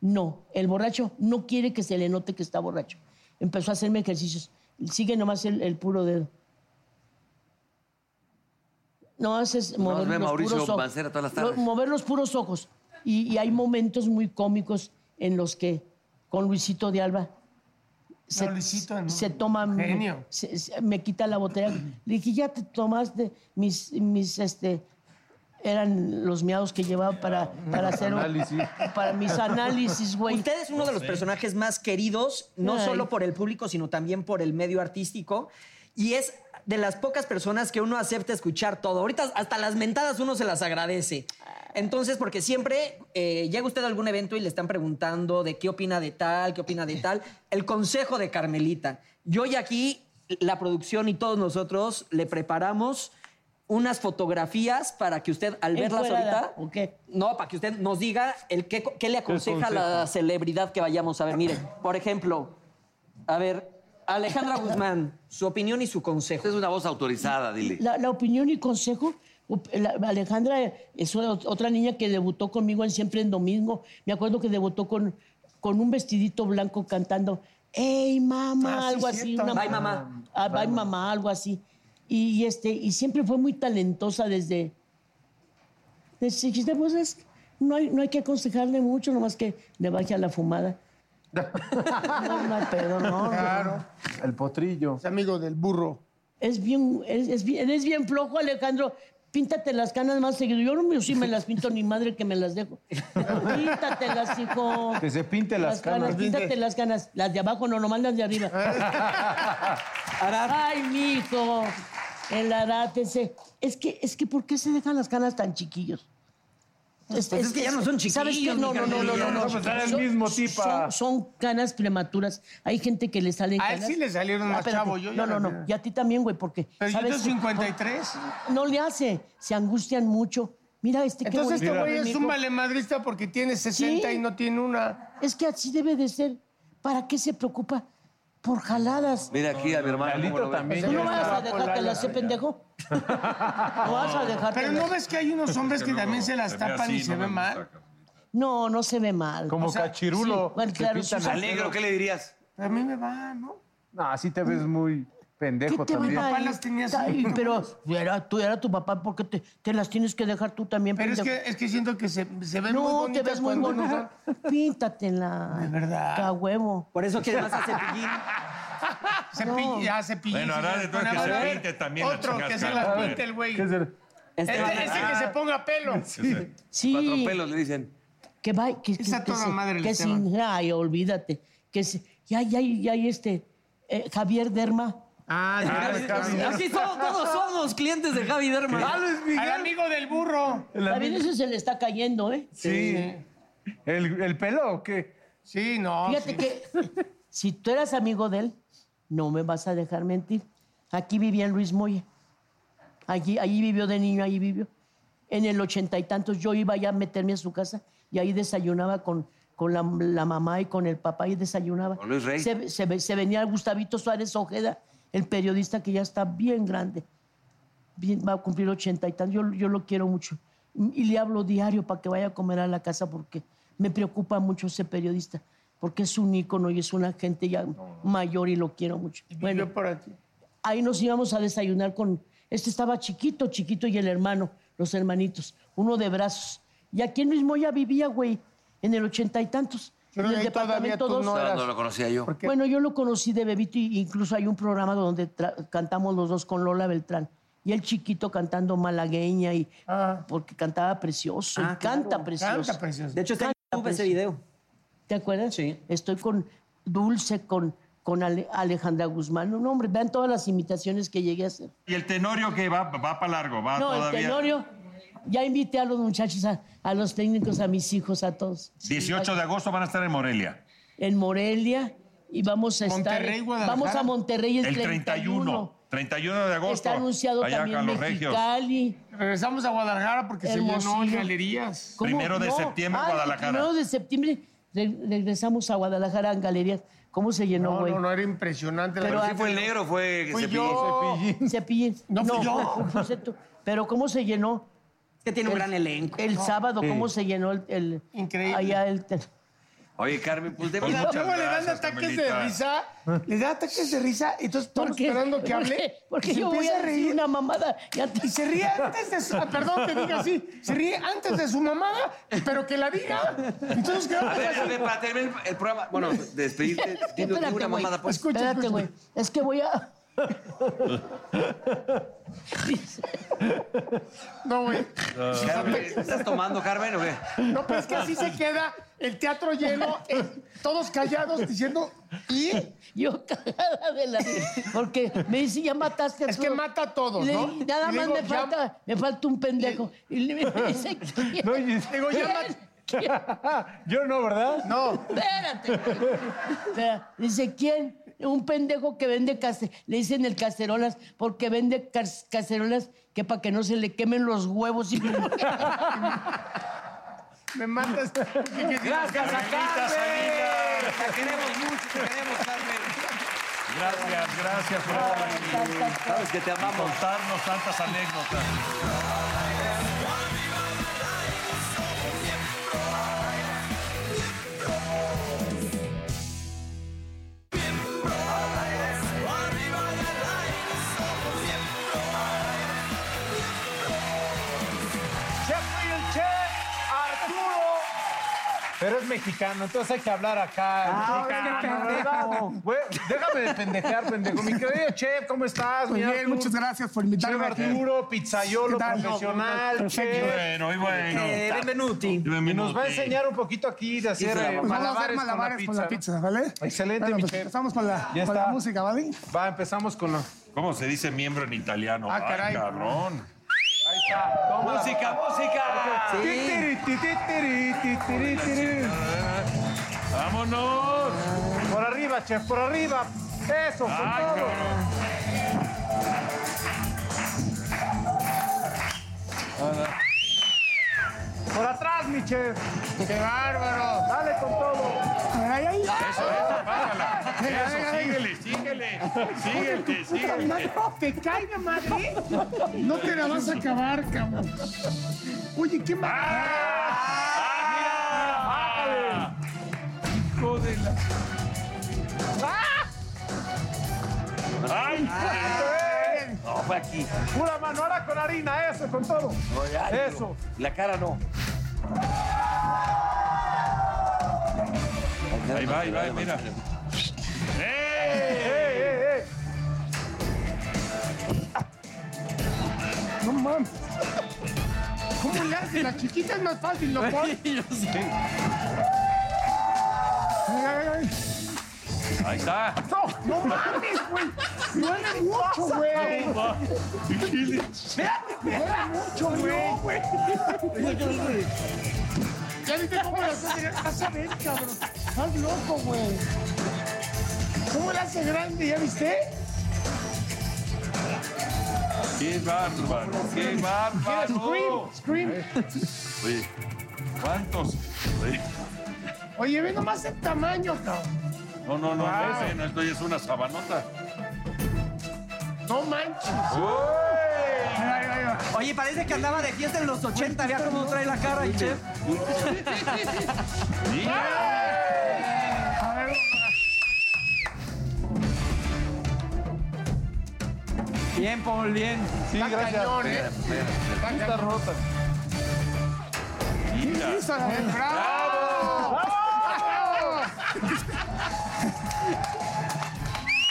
Speaker 9: No, el borracho no quiere que se le note que está borracho. Empezó a hacerme ejercicios. Sigue nomás el, el puro dedo. No haces
Speaker 6: Nos
Speaker 9: mover
Speaker 6: ve
Speaker 9: los
Speaker 6: Mauricio
Speaker 9: puros ojos.
Speaker 6: Mancera todas las
Speaker 9: Lo-
Speaker 6: tardes.
Speaker 9: mover los puros ojos. Y, y hay momentos muy cómicos en los que con Luisito de Alba se, se toma
Speaker 5: genio.
Speaker 9: se- se- me quita la botella. Le dije, ya te tomaste mis, mis este, eran los miados que llevaba para, para hacer un-
Speaker 2: Análisis.
Speaker 9: para mis análisis, güey.
Speaker 2: Usted es uno de los personajes más queridos, no
Speaker 9: Ay.
Speaker 2: solo por el público, sino también por el medio artístico. Y es de las pocas personas que uno acepta escuchar todo. Ahorita hasta las mentadas uno se las agradece. Entonces, porque siempre eh, llega usted a algún evento y le están preguntando de qué opina de tal, qué opina de tal. El consejo de Carmelita. Yo y aquí, la producción y todos nosotros le preparamos unas fotografías para que usted al verlas
Speaker 9: Encuerada,
Speaker 2: ahorita... No, para que usted nos diga el qué, qué le aconseja a la
Speaker 9: consejo?
Speaker 2: celebridad que vayamos a ver. Mire, por ejemplo, a ver, Alejandra Guzmán, su opinión y su consejo.
Speaker 6: Es una voz autorizada, dile.
Speaker 9: La, la opinión y consejo. op- la- Alejandra es una- otra niña que debutó conmigo en Siempre en Domingo. Me acuerdo que debutó con, con un vestidito blanco cantando ¡Ey, mamá!
Speaker 2: Ah, sí,
Speaker 9: algo así.
Speaker 2: cierto. Bye, mamá.
Speaker 9: Ah, bye, mamá, algo así. Y, y este, y siempre fue muy talentosa desde... desde chiquita, pues, es- no, hay, no hay que aconsejarle mucho, nomás que le baje a la fumada. No, no, pero no.
Speaker 5: Claro.
Speaker 8: El potrillo.
Speaker 5: Es amigo del burro.
Speaker 9: Es bien, es, es bien, eres bien flojo, Alejandro. Píntate las canas más seguido. Yo no me, sí me las pinto ni madre que me las dejo. Píntatelas, hijo.
Speaker 8: Que se pinte las, canas.
Speaker 9: Píntate las canas. Las de abajo, no, nomás las de arriba.
Speaker 5: Ah,
Speaker 9: Ay, mijo. El arate ese. Es que, es que, ¿por qué se dejan las canas tan chiquillos? Este,
Speaker 2: Pues es que ya no son
Speaker 9: ¿Sabes qué?
Speaker 2: chiquillos,
Speaker 9: No,
Speaker 2: mi
Speaker 9: no, no, no, no.
Speaker 2: Carmelita.
Speaker 9: no.
Speaker 2: No, pues era el
Speaker 9: Son-
Speaker 2: mismo
Speaker 9: Son,
Speaker 2: tipa.
Speaker 9: son canas prematuras. Hay gente que le salen
Speaker 5: A él
Speaker 9: canas. Ah,
Speaker 5: sí le salieron más
Speaker 9: espérate.
Speaker 5: chavo, yo ya
Speaker 9: No, no,
Speaker 5: las
Speaker 9: no.
Speaker 5: vi.
Speaker 9: Y a ti también, güey, porque...
Speaker 5: Pero yo
Speaker 9: ¿sabes
Speaker 5: tengo
Speaker 9: qué?
Speaker 5: 53.
Speaker 9: No le hace. Se angustian mucho. Mira este qué
Speaker 5: Entonces este
Speaker 9: bonito
Speaker 5: güey es
Speaker 9: mijo.
Speaker 5: un valemadrista porque tiene 60
Speaker 9: Sí.
Speaker 5: y no tiene una.
Speaker 9: Es que así debe de ser. ¿Para qué se preocupa por jaladas?
Speaker 6: Mira aquí a mi hermano.
Speaker 8: Lalito
Speaker 6: ¿cómo lo ves?
Speaker 8: también
Speaker 9: ¿Tú no vas a dejar que la hace pendejo? No vas a dejar
Speaker 5: Pero
Speaker 9: que la-
Speaker 5: no ves que hay unos hombres que también se las tapan y se ve mal.
Speaker 9: No, no se ve mal.
Speaker 8: Como cachirulo,
Speaker 9: sí, bueno,
Speaker 8: que
Speaker 9: claro,
Speaker 8: pintan
Speaker 9: sí,
Speaker 8: al
Speaker 9: sí.
Speaker 8: negro,
Speaker 6: ¿Qué le dirías?
Speaker 5: A mí me va, ¿no?
Speaker 8: No, así te ves muy pendejo
Speaker 9: ¿Qué te
Speaker 8: también.
Speaker 9: va a
Speaker 5: Papá
Speaker 9: ir?
Speaker 5: las tenía así,
Speaker 9: Ay,
Speaker 5: ¿no?
Speaker 9: Pero era, tú era tu papá, ¿por qué te, te las tienes que dejar tú también?
Speaker 5: Pero es
Speaker 9: pendejo?
Speaker 5: que, es que siento que se, se ven muy
Speaker 9: no, te
Speaker 5: bonitas
Speaker 9: ves muy
Speaker 5: cuando no
Speaker 9: bonita. Píntatela. De
Speaker 5: verdad.
Speaker 9: A huevo.
Speaker 2: Por eso quieres más a Cepillín.
Speaker 5: son- Cepillín, ya cepillín.
Speaker 4: Bueno,
Speaker 5: sí,
Speaker 4: ahora
Speaker 5: ya
Speaker 4: de todo
Speaker 5: pone-
Speaker 4: que
Speaker 5: a
Speaker 4: se
Speaker 5: ver,
Speaker 4: pinte también la
Speaker 5: Otro,
Speaker 4: chingada
Speaker 5: que se
Speaker 4: cara,
Speaker 5: las
Speaker 4: joder.
Speaker 5: pinte el güey.
Speaker 8: ¿Qué será?
Speaker 5: Este, ese que se ponga pelo.
Speaker 9: Sí.
Speaker 6: Cuatro pelos le dicen.
Speaker 9: Que va, que,
Speaker 5: Esa
Speaker 9: que- que
Speaker 5: toda
Speaker 9: se-
Speaker 5: madre este le
Speaker 9: que
Speaker 5: se va.
Speaker 9: sin- ay, olvídate. Que se- ya, ya, ya, ya, este, eh, Javier Derma.
Speaker 5: Ah,
Speaker 2: Aquí somos- todos somos clientes de Javi Derma.
Speaker 5: Al amigo del burro.
Speaker 9: También eso se le está cayendo, ¿eh?
Speaker 8: Sí. ¿El, el pelo o qué?
Speaker 5: Sí, no.
Speaker 9: Fíjate
Speaker 5: sí.
Speaker 9: que si tú eras amigo de él, no me vas a dejar mentir. Aquí vivía Luis Moya. Allí, allí vivió de niño, allí vivió. En el ochenta y tantos yo iba ya a meterme a su casa y ahí desayunaba con, con la, la mamá y con el papá y desayunaba.
Speaker 6: Con Luis Rey.
Speaker 9: Se, se ve- se venía Gustavito Suárez Ojeda, el periodista que ya está bien grande. Bien, va a cumplir ochenta y tantos. Yo, yo lo quiero mucho. Y le hablo diario para que vaya a comer a la casa porque me preocupa mucho ese periodista. Porque es un ícono y es una gente ya mayor y lo quiero mucho. Bueno,
Speaker 5: Yo por aquí.
Speaker 9: ahí nos íbamos a desayunar con. Este estaba chiquito, chiquito y el hermano, los hermanitos, uno de brazos. Y aquí en Luis Moya vivía, güey, en el ochenta y tantos.
Speaker 5: Yo creo
Speaker 9: en el
Speaker 5: que ahí todavía tú no
Speaker 9: dos.
Speaker 6: No, no lo conocía yo.
Speaker 5: Porque
Speaker 9: Bueno, yo lo conocí de bebito y incluso hay un programa donde tra- cantamos los dos con Lola Beltrán. Y el chiquito cantando malagueña y
Speaker 5: Ah,
Speaker 9: porque cantaba precioso. y
Speaker 2: Ah,
Speaker 9: Pues, canta
Speaker 2: claro.
Speaker 9: precioso.
Speaker 2: Canta precioso. De hecho, está en
Speaker 9: Canta
Speaker 2: YouTube ese
Speaker 9: precioso.
Speaker 2: video.
Speaker 9: ¿Te acuerdas? Sí. Estoy con Dulce, con, con Ale- Alejandra Guzmán. No, hombre, vean todas las imitaciones que llegué a hacer.
Speaker 4: Y el tenorio que va, va para largo, va
Speaker 9: no,
Speaker 4: todavía.
Speaker 9: el tenorio. Ya invité a los muchachos, a, a los técnicos, a mis hijos, a todos.
Speaker 4: 18 de agosto van a estar en Morelia.
Speaker 9: En Morelia y vamos a
Speaker 4: Monterrey,
Speaker 9: estar.
Speaker 4: Guadalajara.
Speaker 9: Vamos a Monterrey el,
Speaker 4: El 31. 31 de agosto.
Speaker 9: Está anunciado
Speaker 4: allá
Speaker 9: también
Speaker 4: con los regios.
Speaker 9: Mexicali.
Speaker 5: Regresamos a Guadalajara porque se
Speaker 9: Hermosillo.
Speaker 5: llenó en galerías.
Speaker 9: ¿Cómo? No. Ah, el Primero de septiembre re- regresamos a Guadalajara en galerías. ¿Cómo se llenó,
Speaker 5: No,
Speaker 9: güey?
Speaker 5: no, no, era impresionante. la
Speaker 9: Pero
Speaker 5: verdad.
Speaker 9: sí fue el
Speaker 4: negro, fue
Speaker 5: Fui yo.
Speaker 9: Cepillín.
Speaker 5: No fui yo.
Speaker 9: fuiste tú. Pero ¿cómo se llenó?
Speaker 2: Es que tiene un
Speaker 9: El-
Speaker 2: gran elenco.
Speaker 9: El
Speaker 2: No.
Speaker 9: sábado,
Speaker 6: Sí.
Speaker 9: ¿cómo se llenó el... el-
Speaker 5: Increíble.
Speaker 9: Allá el... te-
Speaker 6: Oye, Carmen, pues de
Speaker 5: Pues
Speaker 6: verdad.
Speaker 5: luego le dan
Speaker 6: gracias,
Speaker 5: ataques de
Speaker 6: Carmelita.
Speaker 5: risa, le dan ataques de risa, entonces estamos
Speaker 9: Porque-
Speaker 5: esperando que hable.
Speaker 9: porque- porque
Speaker 5: y se
Speaker 9: yo voy
Speaker 5: empieza
Speaker 9: a decir una mamada. Y
Speaker 5: se ríe antes de su, ah, perdón que diga así, se ríe antes de su mamada, pero que la diga. Entonces
Speaker 6: A
Speaker 5: quedamos
Speaker 6: ver, a
Speaker 5: así.
Speaker 6: ver, para terminar el programa. Bueno, despedirte. Dime
Speaker 9: Espérate,
Speaker 6: una
Speaker 9: güey.
Speaker 6: mamada, pues.
Speaker 9: Espérate, güey. Es que voy a...
Speaker 5: No, güey.
Speaker 6: Carmen, ¿Estás tomando, Carmen, o qué?
Speaker 5: No, pero es que así se queda el teatro lleno, eh, todos callados diciendo, ¿y?
Speaker 9: Yo cagada de la... Porque me dice, ya mataste a
Speaker 5: Es que
Speaker 9: todos".
Speaker 5: mata a todos,
Speaker 9: Y le-
Speaker 5: ¿no?
Speaker 9: Nada
Speaker 5: Y
Speaker 9: más
Speaker 5: digo,
Speaker 9: me,
Speaker 5: ya-
Speaker 9: falta, me falta un pendejo. Y le- me dice, "¿Quién?
Speaker 3: No, y-
Speaker 5: Digo, ya
Speaker 9: ¿Quién? ¿Quién?".
Speaker 3: Yo no, ¿verdad?
Speaker 5: No.
Speaker 9: Espérate. güey. O sea, dice, ¿quién? Un pendejo que vende cacerolas. Le dicen el cacerolas porque vende cas- cacerolas que para que no se le quemen los huevos. Y...
Speaker 5: Me matas.
Speaker 6: Gracias
Speaker 5: a
Speaker 6: Carmen. Te queremos mucho, te queremos, Carmen.
Speaker 4: Gracias, gracias por
Speaker 6: Sabes que te amamos.
Speaker 4: contarnos tantas anécdotas.
Speaker 3: Chef Wilche, Arturo. Pero es mexicano, entonces hay que hablar acá.
Speaker 5: Ah,
Speaker 3: mexicano,
Speaker 5: qué pendejo.
Speaker 3: ¿verdad? Güey, déjame de pendejear, pendejo. Mi querido chef, ¿cómo estás?
Speaker 10: Muy
Speaker 3: Mi
Speaker 10: bien,
Speaker 3: Arturo?
Speaker 10: muchas gracias por invitarme.
Speaker 3: Chef Arturo, pizzaiolo
Speaker 10: ¿Qué tal?
Speaker 3: profesional,
Speaker 10: Perfecto.
Speaker 3: chef.
Speaker 4: Bueno, y bueno.
Speaker 3: Eh,
Speaker 2: benvenuti.
Speaker 3: Y nos va a enseñar un poquito aquí de hacer eh,
Speaker 10: Pues vamos a hacer
Speaker 3: malabares,
Speaker 10: malabares con la
Speaker 3: ¿no?
Speaker 10: pizza, ¿vale?
Speaker 3: Excelente,
Speaker 10: Bueno,
Speaker 3: mi
Speaker 10: pues
Speaker 3: chef.
Speaker 10: empezamos con la,
Speaker 3: Ya
Speaker 10: con la
Speaker 3: está.
Speaker 10: música, ¿vale?
Speaker 3: Va, empezamos con la...
Speaker 4: ¿Cómo se dice miembro en italiano?
Speaker 3: Ah,
Speaker 4: Ay,
Speaker 3: caray.
Speaker 4: cabrón.
Speaker 3: Ahí está. Toma la-
Speaker 6: Música, música.
Speaker 3: Titiri, titiri, titiri, titiri.
Speaker 4: ¡Vámonos!
Speaker 3: Por arriba, chef, por arriba. Eso, con
Speaker 4: ¡Ay,
Speaker 3: todo.
Speaker 4: cabrón!
Speaker 3: Por atrás, mi chef.
Speaker 5: ¡Qué bárbaro!
Speaker 3: Dale con todo.
Speaker 10: A ver, ahí, ahí.
Speaker 4: Eso, eso, pásala.
Speaker 10: Venga, venga,
Speaker 4: Eso,
Speaker 10: venga.
Speaker 4: síguele, síguele. Síguele,
Speaker 10: Puta madre, te
Speaker 4: síguele.
Speaker 10: caiga, madre. No te la vas a acabar, cabrón. Oye, qué mal.
Speaker 4: ¡Ah! ¡Hijo de la- ¡Ay!
Speaker 6: No, fue aquí.
Speaker 3: Pura mano, ahora con harina, eso, con todo.
Speaker 6: Ay,
Speaker 3: Eso.
Speaker 6: pero La cara no.
Speaker 4: Ahí va, ahí va, mira. ¡Eh!
Speaker 3: ¡Ey, ey, ey!
Speaker 10: No mames. ¿Cómo le haces? La chiquita es más fácil, ¿no? Ay, ay, ay.
Speaker 4: Ahí está.
Speaker 10: No, no mames, güey. Duele mucho, güey. Espérate, güey. Duele mucho, güey. Ya viste cómo la hace. Vas a ver, cabrón. Estás loco, güey. ¿Cómo la hace grande? ¿Ya viste?
Speaker 4: ¡Qué bárbaro! ¡Qué bárbaro!
Speaker 10: Scream, scream.
Speaker 4: Oye, ¿cuántos? Oye,
Speaker 10: Oye, ve nomás el tamaño, cabrón.
Speaker 4: No, no, no, no, ese no, esto ya es una sabanota.
Speaker 10: No manches. Ay, ay, ay, ay.
Speaker 2: Oye, parece que andaba de fiesta en los 80. Vea cómo trae la cara el chef.
Speaker 4: Mira.
Speaker 10: A ver,
Speaker 2: Bien, Paul, bien.
Speaker 3: Sí, gracias.
Speaker 10: cañón,
Speaker 6: Espera,
Speaker 10: ¿eh?
Speaker 6: espera, espera.
Speaker 3: Ahí Está rota.
Speaker 4: Mira.
Speaker 10: Hizo la del bravo.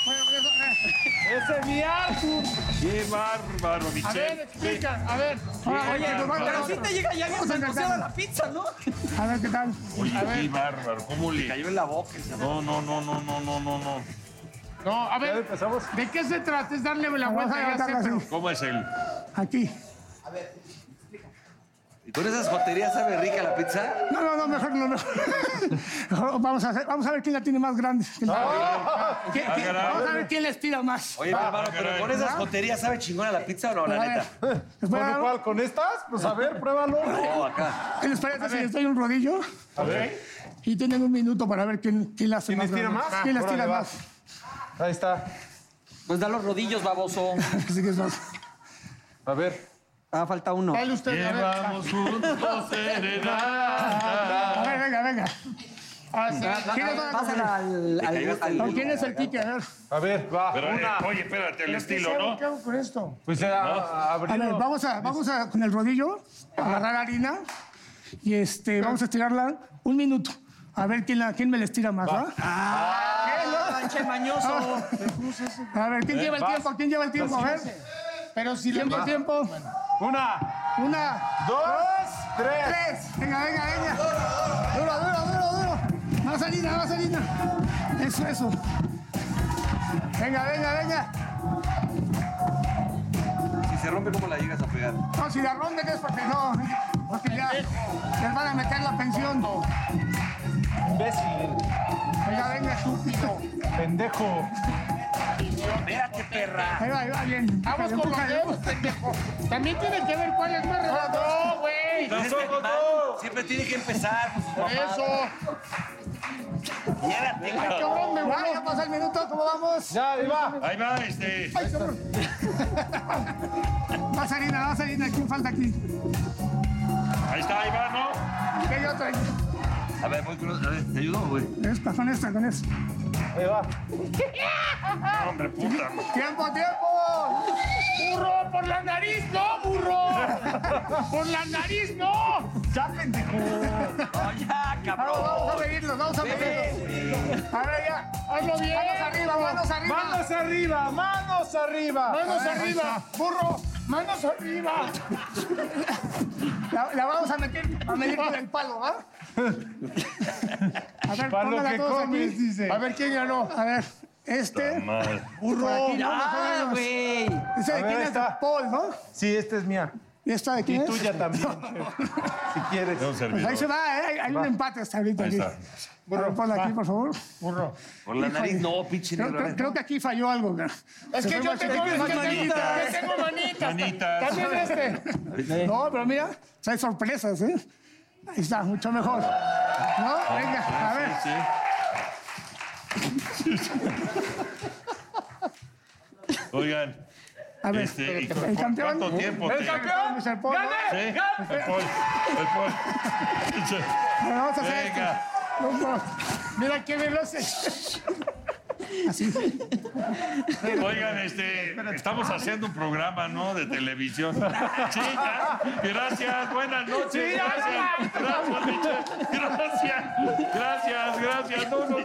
Speaker 10: Bueno, bueno, eh,
Speaker 3: ¡Ese es mi Arthur! ¡Qué bárbaro,
Speaker 10: A ver, explica, a ver.
Speaker 2: Oye, pero si te llega ya bien sentenciada la pizza, ¿no?
Speaker 10: A ver qué tal.
Speaker 4: Oye,
Speaker 10: A ver.
Speaker 4: qué bárbaro. ¿Cómo le cayó en la boca? No, no, no, no, no, no, no, no.
Speaker 10: No, a ver. ¿De qué se trata? Es darle la vuelta y hacer, pero
Speaker 4: ¿Cómo es él?
Speaker 10: aquí.
Speaker 6: ¿Y con esas joterías sabe rica la pizza?
Speaker 10: No, no, no, mejor no, mejor. Mejor vamos, a hacer- vamos a ver quién la tiene más grande. ¿Quién- quién- vamos a ver quién les tira más.
Speaker 6: Oye, mi hermano, pero con esas joterías sabe chingona la pizza o no, la
Speaker 10: A ver.
Speaker 6: neta.
Speaker 10: ¿Les voy a dar-
Speaker 3: ¿Cuál? ¿Con estas? Pues a ver, pruébalo.
Speaker 6: No, acá.
Speaker 10: ¿Qué les parece si les doy un rodillo?
Speaker 3: A ver.
Speaker 10: Y tienen un minuto para ver quién, quién la hace
Speaker 3: ¿Quién
Speaker 10: más.
Speaker 3: les tira
Speaker 10: grande.
Speaker 3: más?
Speaker 10: ¿Quién las
Speaker 3: Órale,
Speaker 10: tira
Speaker 3: va.
Speaker 10: más?
Speaker 3: Ahí está.
Speaker 2: Pues da los rodillos, baboso.
Speaker 10: Así que es más.
Speaker 3: A ver.
Speaker 2: Ah, falta uno.
Speaker 10: Dale usted, a ver.
Speaker 3: Llevamos juntos serenata.
Speaker 10: A ver, venga, venga. Ah, sí.
Speaker 2: Da- da-
Speaker 10: ¿Quién les va a
Speaker 2: pasen
Speaker 10: coger?
Speaker 2: al-
Speaker 4: Le cayó
Speaker 2: al-
Speaker 4: hasta
Speaker 2: al-
Speaker 4: el-
Speaker 10: ¿Con quién es el Kike? A ver.
Speaker 3: A ver, va.
Speaker 4: Pero, eh,
Speaker 3: una.
Speaker 4: oye, espérate, el
Speaker 10: ¿Qué
Speaker 4: estilo,
Speaker 10: hago?
Speaker 4: ¿no?
Speaker 10: ¿Qué hago con esto?
Speaker 3: Pues eh, a- abrirlo.
Speaker 10: A ver, vamos a, vamos a con el rodillo, agarrar harina y este, vamos a estirarla un minuto. A ver quién, la, quién me la estira más, ¿va?
Speaker 2: ¡Qué no, manche mañoso!
Speaker 10: Ah. A ver, ¿quién lleva el
Speaker 3: vas.
Speaker 10: tiempo? ¿Quién lleva el tiempo? A ver.
Speaker 5: Pero si le
Speaker 10: Tiempo, tiempo.
Speaker 3: Una,
Speaker 10: Una,
Speaker 3: dos, tres.
Speaker 10: tres. Venga, venga, venga. Duro, duro, duro, duro. Más harina, más harina. Eso, eso. Venga, venga, venga.
Speaker 6: Si se rompe, ¿cómo la llegas a pegar?
Speaker 10: No, si la ronda que es porque no. Porque ya les van a meter la pensión.
Speaker 3: Imbécil.
Speaker 10: Venga, venga, estúpido.
Speaker 3: Pendejo.
Speaker 6: ¡Espérate, perra!
Speaker 10: Ahí va, ahí va, bien.
Speaker 5: Vamos con los
Speaker 10: Empújale.
Speaker 5: dedos, pendejo. También tiene que ver cuál es
Speaker 10: Ah,
Speaker 5: más redondo. No, güey.
Speaker 6: Pues es
Speaker 3: ojos,
Speaker 6: que, man,
Speaker 3: no.
Speaker 6: Siempre tiene que empezar.
Speaker 5: Por eso.
Speaker 6: Quédate,
Speaker 10: Ay, cabrón, me voy. Ya pasa el minuto, ¿cómo vamos?
Speaker 3: Ya, ahí va.
Speaker 4: Ahí va, este.
Speaker 10: Ay, cabrón. Más harina, más harina. ¿Quién falta aquí?
Speaker 4: Ahí está, ahí va, ¿no?
Speaker 10: ¿Qué hay otro ahí?
Speaker 6: A ver, voy con otro. A ver, ¿te ayudo, güey?
Speaker 10: Esta, con esta, con esta.
Speaker 3: Ahí va.
Speaker 4: No, hombre, puta. ma-
Speaker 10: ¡Tiempo, tiempo!
Speaker 5: Burro, por la nariz, no, burro. Por la nariz, no.
Speaker 10: ¡Ya, pendejo!
Speaker 6: ¡No, ya,
Speaker 10: Vamos,
Speaker 6: cabrón!
Speaker 10: vamos a medirlos, vamos a medirlos. A ver, ya.
Speaker 5: Hazlo bien.
Speaker 10: Manos arriba, manos arriba.
Speaker 3: Manos arriba, manos arriba.
Speaker 5: Manos
Speaker 10: A ver, ahí
Speaker 5: arriba, burro. Manos arriba.
Speaker 10: La, la vamos a meter a medir con el palo, ¿va? A ver,
Speaker 3: Para lo
Speaker 10: póngala
Speaker 3: que
Speaker 10: todos aquí.
Speaker 3: comes, dice.
Speaker 10: A ver, ¿quién ganó? A ver, este.
Speaker 4: Madre.
Speaker 10: Burro. Aquí, no,
Speaker 2: ¡Ah,
Speaker 10: más o menos.
Speaker 2: güey!
Speaker 10: Ese de
Speaker 3: A ver,
Speaker 10: quién es
Speaker 3: esta.
Speaker 10: Paul, ¿no?
Speaker 3: Sí, esta es mía.
Speaker 10: Y esta de quién
Speaker 3: Y
Speaker 10: es.
Speaker 3: tuya también, chef. Si quieres.
Speaker 4: De un
Speaker 10: Pues ahí se
Speaker 4: servidor.
Speaker 10: va, ¿eh? Hay, hay un empate hasta ahorita
Speaker 4: Ahí
Speaker 10: aquí.
Speaker 4: está.
Speaker 10: A ver, ponla aquí, por favor.
Speaker 5: Burro.
Speaker 6: Por la nariz, no, pinche
Speaker 10: Creo,
Speaker 6: negro.
Speaker 10: creo- creo que aquí falló algo. ¿no?
Speaker 5: Es
Speaker 10: Se
Speaker 5: que
Speaker 10: fue
Speaker 5: yo
Speaker 10: más-
Speaker 5: tengo, es que
Speaker 10: más
Speaker 5: tengo,
Speaker 10: manita. eh.
Speaker 5: que tengo manitas.
Speaker 4: Manitas.
Speaker 5: También este.
Speaker 10: No, pero mira, hay sorpresas, ¿eh? Ahí está, mucho mejor. ¿No? Venga, a ver.
Speaker 4: Oigan.
Speaker 10: A ver,
Speaker 4: Este, ¿y
Speaker 10: el
Speaker 4: cu- cu-
Speaker 10: campeón.
Speaker 4: ¿Cuánto tiempo?
Speaker 10: El
Speaker 4: te-
Speaker 10: campeón. Mr. Paul, ¿no?
Speaker 4: ¿Sí? El Paul. El Paul.
Speaker 10: Bueno, vamos a hacer
Speaker 4: Venga.
Speaker 10: esto. No, no. Mira qué veloz es. Así.
Speaker 4: Oigan, este, estamos haciendo un programa, ¿no? De televisión. Sí, ya. gracias, buenas noches, gracias, gracias, Michelle. gracias, gracias, gracias, no, no.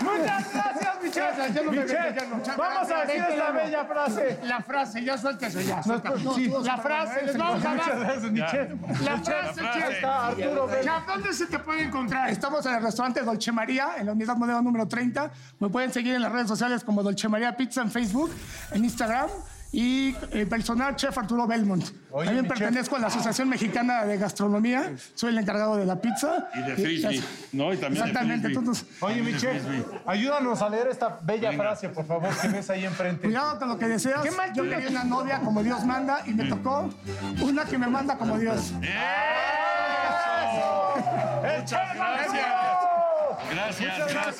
Speaker 10: Muchas gracias, Michelle. Ya no me
Speaker 3: Michelle,
Speaker 10: ya no.
Speaker 3: vamos a decir
Speaker 10: Vente,
Speaker 3: esta
Speaker 10: Lalo.
Speaker 3: bella frase.
Speaker 5: La frase, ya suéltese ya.
Speaker 3: No, no, sí.
Speaker 5: La frase, les vamos a
Speaker 3: Muchas
Speaker 5: dar.
Speaker 3: gracias, Michelle.
Speaker 5: La
Speaker 4: La
Speaker 5: frase,
Speaker 4: frase.
Speaker 5: chef.
Speaker 3: Está Arturo Vélez.
Speaker 5: Chef, ¿dónde se te puede encontrar?
Speaker 10: Estamos en el restaurante Dolce María, en la unidad modelo número 30. Me pueden seguir en las redes sociales como Dolce María Pizza en Facebook, en Instagram y eh, personal chef Arturo Belmont.
Speaker 3: Oye,
Speaker 10: También
Speaker 3: mi chef.
Speaker 10: pertenezco a la Asociación Mexicana de Gastronomía. Soy el encargado de la pizza.
Speaker 4: Y de frisbee, ¿no? Y también de
Speaker 10: Exactamente.
Speaker 4: frisbee.
Speaker 10: Entonces,
Speaker 3: Oye, Michelle, ayúdanos a leer esta bella frase, por favor, que ves ahí enfrente.
Speaker 10: Cuidado con lo que deseas.
Speaker 5: Qué mal
Speaker 10: Yo
Speaker 5: tú-
Speaker 10: quería una novia como Dios manda y me tocó una que me manda como Dios.
Speaker 4: Muchas gracias. Gracias, gracias, gracias.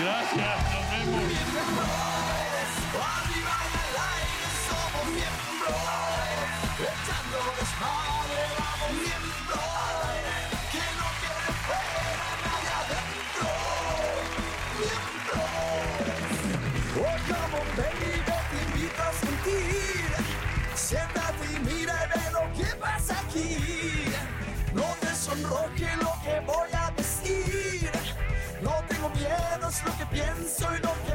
Speaker 4: Gracias, nos vemos.
Speaker 1: Arriba y al aire somos miembros, echando desmadre, vamos miembros, que no quede fuera nadie adentro, miembros. Oh, come on, baby, te invito a sentir, siéntate y mira y ve lo que pasa aquí. No te sonroje lo que voy a decir, no tengo miedo, es lo que pienso y lo que